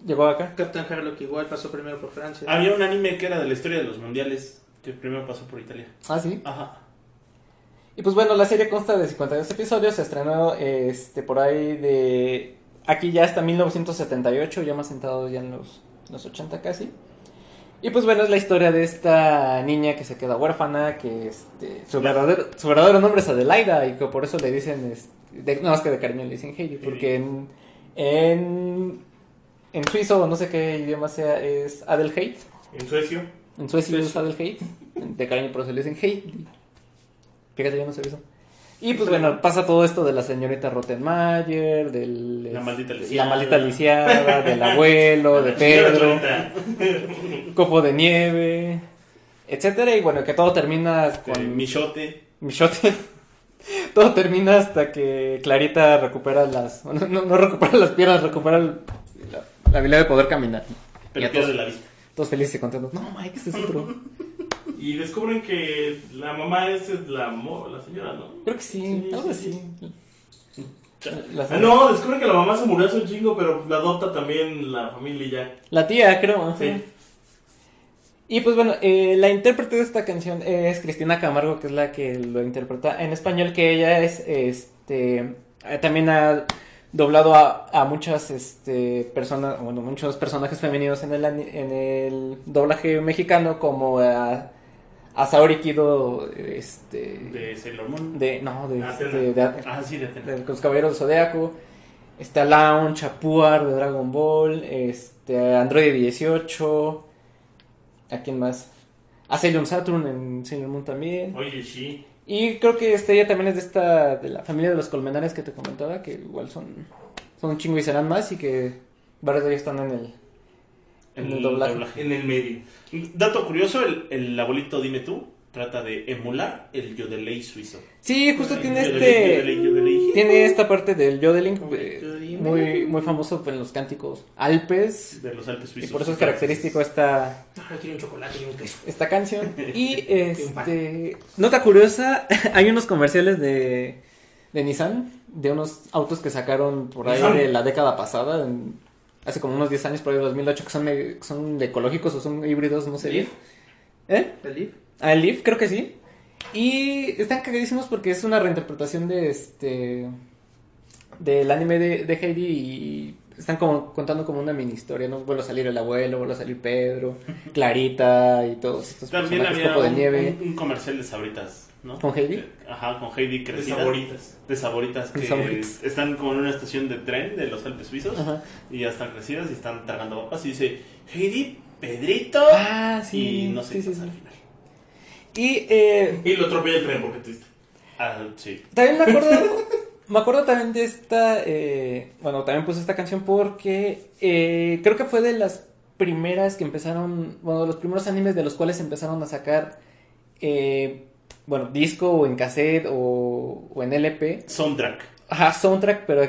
llegó acá.
Captain Harlock igual pasó primero por Francia.
Había un anime que era de la historia de los mundiales, que primero pasó por Italia.
Ah, sí.
Ajá.
Y pues bueno, la serie consta de 52 episodios, se estrenó este por ahí de... Aquí ya hasta 1978, ya más sentado ya en los, los 80 casi. Y pues bueno, es la historia de esta niña que se queda huérfana, que este, su, verdadero, su verdadero nombre es Adelaida y que por eso le dicen, este, de- no más que de cariño le dicen Heidi, porque en, en en suizo, o no sé qué idioma sea, es Adelheid.
En Suecia.
En Suecia es Adelheid. De cariño, pero se le dicen Heid. Fíjate, yo no sé eso. Y pues bueno, pasa todo esto de la señorita Rottenmeier, del...
La maldita
este,
lisiada.
la maldita lisiada, del abuelo,
[LAUGHS]
de Pedro, copo de nieve, etcétera. Y bueno, que todo termina con...
Con Michote.
Michote. [LAUGHS] Todo termina hasta que Clarita recupera las. No, no- no recupera las piernas, recupera el- la, la habilidad de poder caminar. Y
Pero
a todos,
pierde la vista.
todos felices y contentos. No, Mike, este es otro.
Y descubren que la mamá es la, mo- la señora, ¿no?
Creo que sí,
Sí,
algo así.
sí,
La,
Ah, no, descubren que la mamá se murió hace un chingo, pero la adopta también la familia y ya.
la tía, creo. ajá.
Sí.
Y pues bueno, eh, la intérprete de esta canción es Cristina Camargo, que es la que lo interpreta en español, que ella es, este, eh, también ha doblado a, a muchas, este, personas, bueno, muchos personajes femeninos en el, ani- en el doblaje mexicano, como a, a Saori Kido, este,
De Sailor Moon.
de, no, de,
Atena.
este, de,
Ah, sí, de Atena.
de los Caballeros del Zodíaco. Está Laon, Chapuar de Dragon Ball. Este, Android 18. ¿A quién más? A Sailor Saturn en Sailor Moon también.
Oye, sí.
Y creo que este, ella también es de esta. de la familia de los colmenares que te comentaba. Que igual son. Son un chingo y serán más. Y que varios de ellos están en el. En el doblaje.
En el medio.
Dato curioso, el, el abuelito Dime Tú trata de emular el Yodeley suizo.
Sí, justo tiene
Yodeley,
este.
Yodeley, Yodeley.
Tiene esta parte del yodeling. eh,
yodeling.
Muy, muy famoso en los cánticos alpes.
De los Alpes
Y
suizos.
por eso es característico esta.
Ahora quiero un chocolate y un queso.
esta canción. Y
un pan.
este. Nota curiosa: [LAUGHS] hay unos comerciales de, de Nissan, de unos autos que sacaron por ahí
Nissan.
de la década pasada, en- hace como unos 10 años, por ahí 2008, que son, me- que son ecológicos o son híbridos, no sé. bien.
¿Leaf?
¿Eh?
¿El Leaf?
Ah, el Leaf, creo que sí. Y están cagadísimos porque es una reinterpretación de este. del anime de, de Heidi y. Están como contando como una mini historia, ¿no? Vuelve a salir el abuelo, vuelve a salir Pedro, Clarita y todos estos
También
personajes,
había
Copo pues, de
un,
Nieve.
un- un comercial de sabritas, ¿no?
¿Con Heidi?
Ajá, con Heidi
De
crecida.
saboritas.
De saboritas que
De saboritas.
están como en una estación de tren de los Alpes suizos
Ajá.
y ya están crecidas y están tragando papas y dice Heidi, Pedrito
Ah, sí.
y no sé
sí,
qué
sí,
pasa
sí.
al final.
Y eh,
Y lo atropella el tren porque triste. [LAUGHS]
Ah, sí.
también me acuerdo. me acuerdo también de esta. eh, bueno, también puse esta canción porque eh, creo que fue de las primeras que empezaron. Bueno, de los primeros animes de los cuales empezaron a sacar. eh, bueno, disco o en cassette o, o en LP.
Soundtrack
Ajá, soundtrack, pero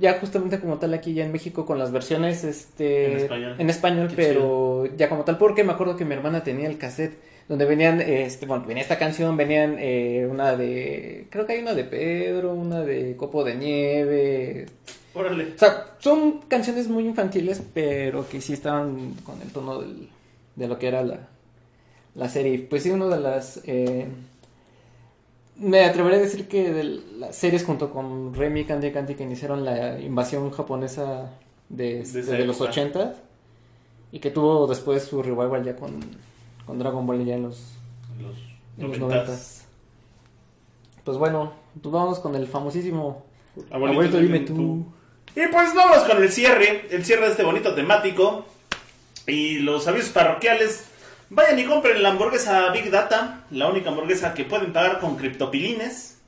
ya justamente como tal aquí ya en México con las versiones este
En español.
en español,
Qué
pero ya como tal, porque me acuerdo que mi hermana tenía el cassette donde venían este, bueno, venía esta canción, venían eh, una de creo que hay una de Pedro, una de Copo de Nieve.
Órale.
O sea, son canciones muy infantiles, pero que sí estaban con el tono del- de lo que era la, la serie. Pues sí, una de las... eh, me atreveré a decir que de las series junto con Remy y Candy Candy que iniciaron la invasión japonesa de,
esa
este, de los
época.
80 y que tuvo después su revival ya con, con Dragon Ball ya en los,
Los
en los
noventas.
90s. Pues bueno, pues vamos con el famosísimo...
Abuelito,
Abuelito, dime tú.
Y pues vamos con el cierre, el cierre de este bonito temático. Y los avisos parroquiales. Vayan y compren la hamburguesa Big Data, la única hamburguesa que pueden pagar con criptopilines.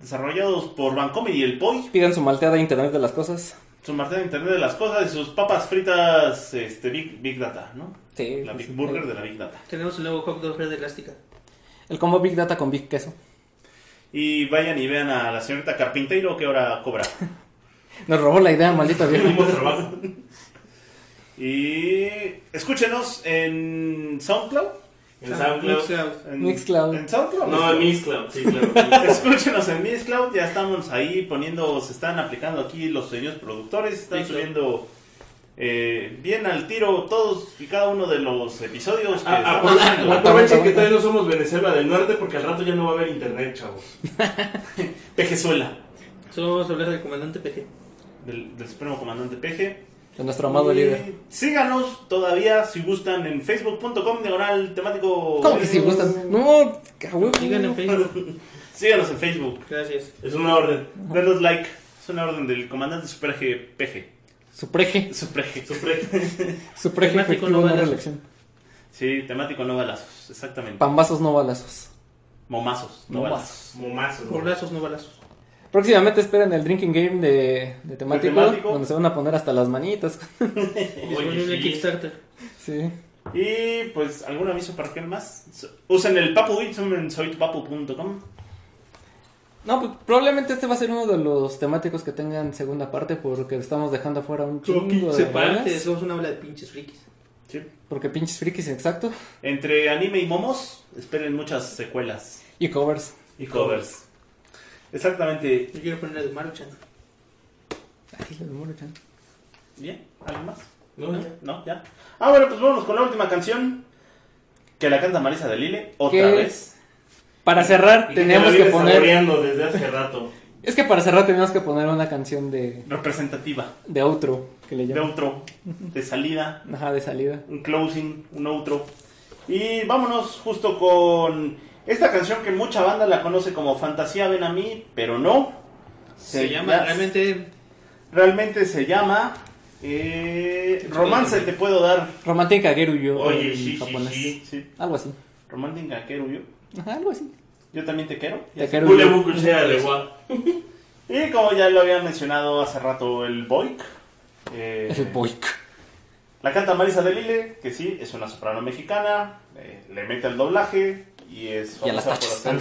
Desarrollados por Bancomer y el POI.
Pidan su malteada Internet de las cosas.
Su martes de Internet de las cosas y sus papas fritas este, Big, Big Data, ¿no?
Sí,
La
pues,
Big Burger de la Big Data.
Tenemos el nuevo hot dog red elástica.
El combo Big Data con Big Queso.
Y vayan y vean a la señorita Carpinteiro que ahora cobra.
Nos robó la idea, maldita
Mismo
vieja.
trabajo.
Y escúchenos en SoundCloud.
En SoundCloud.
Mixcloud.
En,
Mixcloud.
En SoundCloud.
No, en Mixcloud, sí, [LAUGHS] claro.
Escúchenos en Mixcloud, ya estamos ahí poniendo, se están aplicando aquí los señores productores, están
Listo.
subiendo eh, bien al tiro todos y cada uno de los episodios que
Ah, ah,
estamos
pues,
haciendo.
Aprovechen que todavía no somos Venezuela del Norte porque al rato ya no va a haber internet, chavos.
Pejezuela,
Solo vamos a hablar del comandante PG.
del, del Supremo Comandante Peje.
De nuestro amado
Y
líder.
Síganos todavía si gustan en facebook.com diagonal temático.
¿Cómo que si gustan? No, cabrón.
Sigan en Facebook.
Síganos en Facebook,
Gracias.
Es una orden.
denos like, es una orden del Comandante Super Peje.
Supreje.
Supre-
Supreje
Temático,
efectivo,
no
no
balazos.
reelección.
Sí, temático no balazos, exactamente.
Pambazos, no balazos.
Momazos, no balazos.
Momazo. güey.
Golazos, no balazos.
Próximamente esperen el drinking game de, de temático,
temático?
donde se van a poner hasta las manitas.
Disponible en
sí.
Kickstarter.
sí.
Y pues, ¿algún aviso para qué más? So- Usen el Papu Wilson en soytupapu.com.
No, pues probablemente este va a ser uno de los temáticos que tengan segunda parte porque estamos dejando afuera un chingo de
Sepárate,
rolas.
somos una ola de pinches frikis.
Sí.
Porque pinches frikis, exacto.
Entre anime y momos, esperen muchas secuelas
Y covers.
y covers. Exactamente.
Yo quiero poner la de Maruchan.
Ay, la de Muruchan.
¿Bien? ¿Algo más?
No, ya.
¿No? ¿Ya? Ah, bueno, pues vámonos con la última canción que la canta Marisa de Lille, otra
¿Qué?
vez.
Para cerrar,
Y
teníamos
me lo
que
vienes
poner.
saboreando desde hace
[LAUGHS]
rato.
Es que para cerrar, teníamos que poner una canción de,
Representativa.
de outro que le
De
llaman.
outro, de salida.
Ajá, de salida.
un closing, un outro. Y vámonos justo con esta canción que mucha banda la conoce como Fantasía Ven a mí, pero no.
Se
Sí,
llama
ya.
realmente
Realmente se llama eh, Romance Te Puedo Dar.
Romántica Geruyo
Oye,
en
sí, sí,
japonés.
sí.
Sí,
Algo así.
Romántica Quero yo.
Ajá, algo así.
Yo también te quiero.
De
Ule
Geruyo.
buku sea de gua.
Y como ya lo había mencionado hace rato, el Boic. eh,
El boic.
La canta Marisa de Lille, que sí, es una soprano mexicana, eh, le mete el doblaje y es
Y a las
famosa por
tachas.
hacer
¿no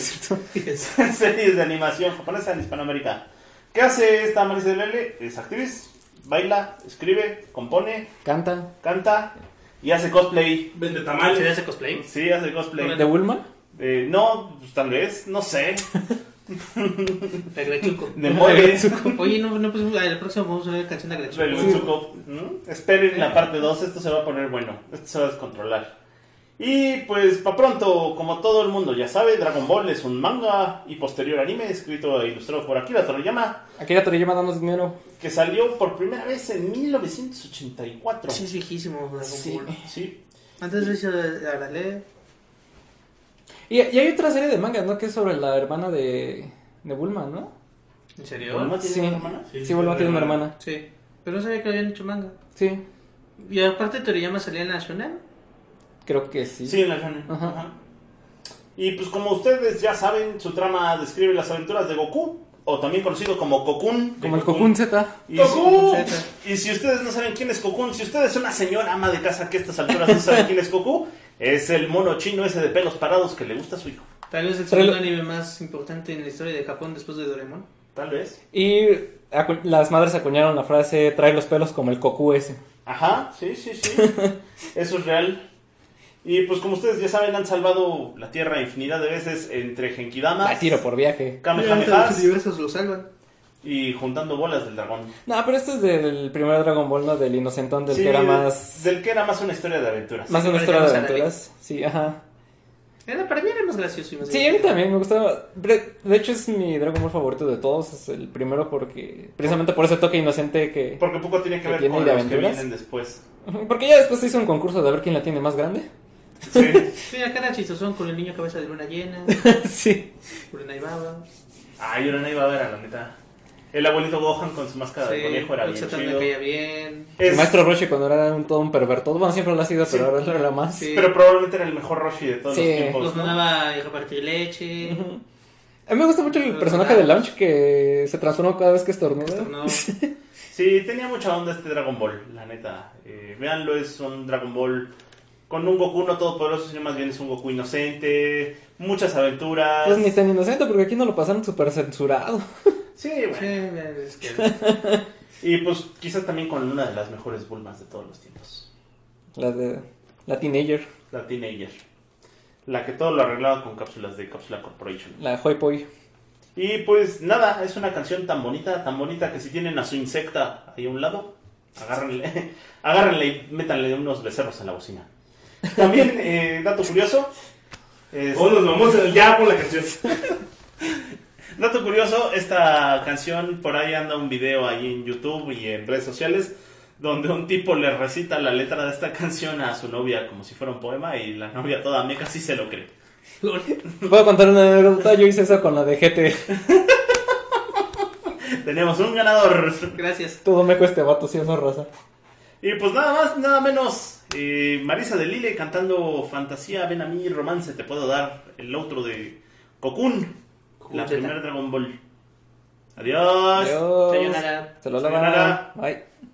es cierto?
[LAUGHS] series de animación japonesa en Hispanoamérica. ¿Qué hace esta Marisa Lele? Es actriz, baila, escribe, compone,
Canta.
canta y hace cosplay.
Vende
¿Se le
tamales.
hace cosplay?
Sí, hace cosplay.
¿De Bulma?
Eh, no, pues, tal vez, no sé.
De Grechuco.
De mole.
[LAUGHS] Oye, no, no, pues al próximo vamos a ver canción de Grechuco.
Del Utsuko. ¿Mm? Esperen la parte 2, esto se va a poner bueno, esto se va a descontrolar. Y pues para pronto, como todo el mundo ya sabe, Dragon Ball es un manga y posterior anime escrito e ilustrado por Akira Toriyama,
Akira Toriyama danos dinero.
que salió por primera vez en 1984.
Sí, es viejísimo. Dragon
Sí.
Ball.
Sí.
Antes lo hizo Arale.
Y, y hay otra serie de manga, ¿no? Que es sobre la hermana de, de Bulma, ¿no?
¿En serio?
¿Bulma tiene
Sí.
una hermana?
Sí, Bulma tiene una hermana.
Sí. Pero no sabía que habían hecho manga.
Sí,
Y aparte Toriyama salía en Nacional.
creo que sí.
Sí, en la hermana.
Ajá.
Ajá. Y pues como ustedes ya saben, su trama describe las aventuras de Goku, o también conocido como Kokun.
Como el Cocoon Z.
Y
¡Goku!
si, y si ustedes no saben quién es Goku, si usted es una señora ama de casa que a estas alturas no
[LAUGHS]
sabe quién es Goku, es el mono chino ese de pelos parados que le gusta a su hijo.
Tal vez el
Pero
segundo
lo-
anime más importante en la historia de Japón después de Doraemon.
Tal vez.
Y acu- las madres acuñaron la frase, trae los pelos como el Cocu ese.
Ajá, sí, sí,
[LAUGHS]
sí. Eso es real. Y pues como ustedes ya saben, han salvado la Tierra infinidad de veces entre Genkidamas,
La tiro por viaje.
Los
Kamehamehas
universos lo salvan.
y juntando bolas del dragón.
No, pero este es del primer Dragon Ball, ¿no? Del inocentón, del
Sí,
que era más...
Del que era más una historia de aventuras.
Más
que
una historia de
parecíamos a la
aventuras. Sí, ajá.
Era, para mí era más gracioso y más
Sí, a mí
divertido.
también me gustaba. Pero, De hecho, es mi Dragon Ball favorito de todos. Es el primero porque... Precisamente por ese toque inocente que...
Porque poco tiene que
¿Que
ver
tiene
con
de
los que
aventuras?
vienen
[LAUGHS]
después.
Porque ya después se hizo un concurso de ver quién la tiene más grande.
Sí.
Sí, acá era chistosón con el niño cabeza de luna
[LAUGHS]
llena,
sí.
Bruna y Baba.
Ay, yo no iba a ver, la neta. El abuelito Gohan con su máscara de conejo era
el
bien
Satán me
chido.
caía bien.
El
Es-
maestro Roshi cuando era un, todo un pervertido. Bueno, siempre lo ha sido, pero
Sí.
ahora era más.
Sí.
Pero probablemente era el mejor Roshi de todos
Sí.
los tiempos.
Los
¿no?
mandaba a repartir leche.
A mí me gusta mucho el
Pero
personaje de
nada.
Launch que se transforma cada vez que estornuda.
[LAUGHS]
No,
Sí, tenía mucha onda este Dragon Ball, la neta. Eh, véanlo, es un Dragon Ball con un Goku no todopoderoso, sino más bien es un Goku inocente, muchas aventuras.
Pues ni tan inocente porque aquí no lo pasaron súper censurado.
Sí, bueno.
sí, es que...
Y pues quizás también con una de las mejores Bulmas de todos los tiempos.
La de la teenager,
La Teenager. La que todo lo arreglaba con cápsulas de Cápsula Corporation.
la Hoi Poi.
Y pues nada, es una canción tan bonita, tan bonita que si tienen a su insecta ahí a un lado, agárrenle, [LAUGHS] agárrenle y métanle unos becerros en la bocina. También, eh, dato curioso, es-
O nos vamos en el ya por la canción.
dato curioso, esta canción por ahí anda un video ahí en YouTube y en redes sociales donde un tipo le recita la letra de esta canción a su novia como si fuera un poema y la novia toda meca sí se lo cree.
Puedo contar una anécdota, yo hice eso con la de GT.
Tenemos un ganador.
[LAUGHS] Gracias.
[LAUGHS] Todo meco este vato, sí, esa raza.
Y pues nada más, nada menos. eh, Marisa de Lille cantando Fantasía, ven a mí, romance, te puedo dar el otro de Cocoon. La
Zeta.
primera Dragon Ball. Adiós.
Adiós.
Sayonara.
Se lo
Sayonara.
lavan. Bye.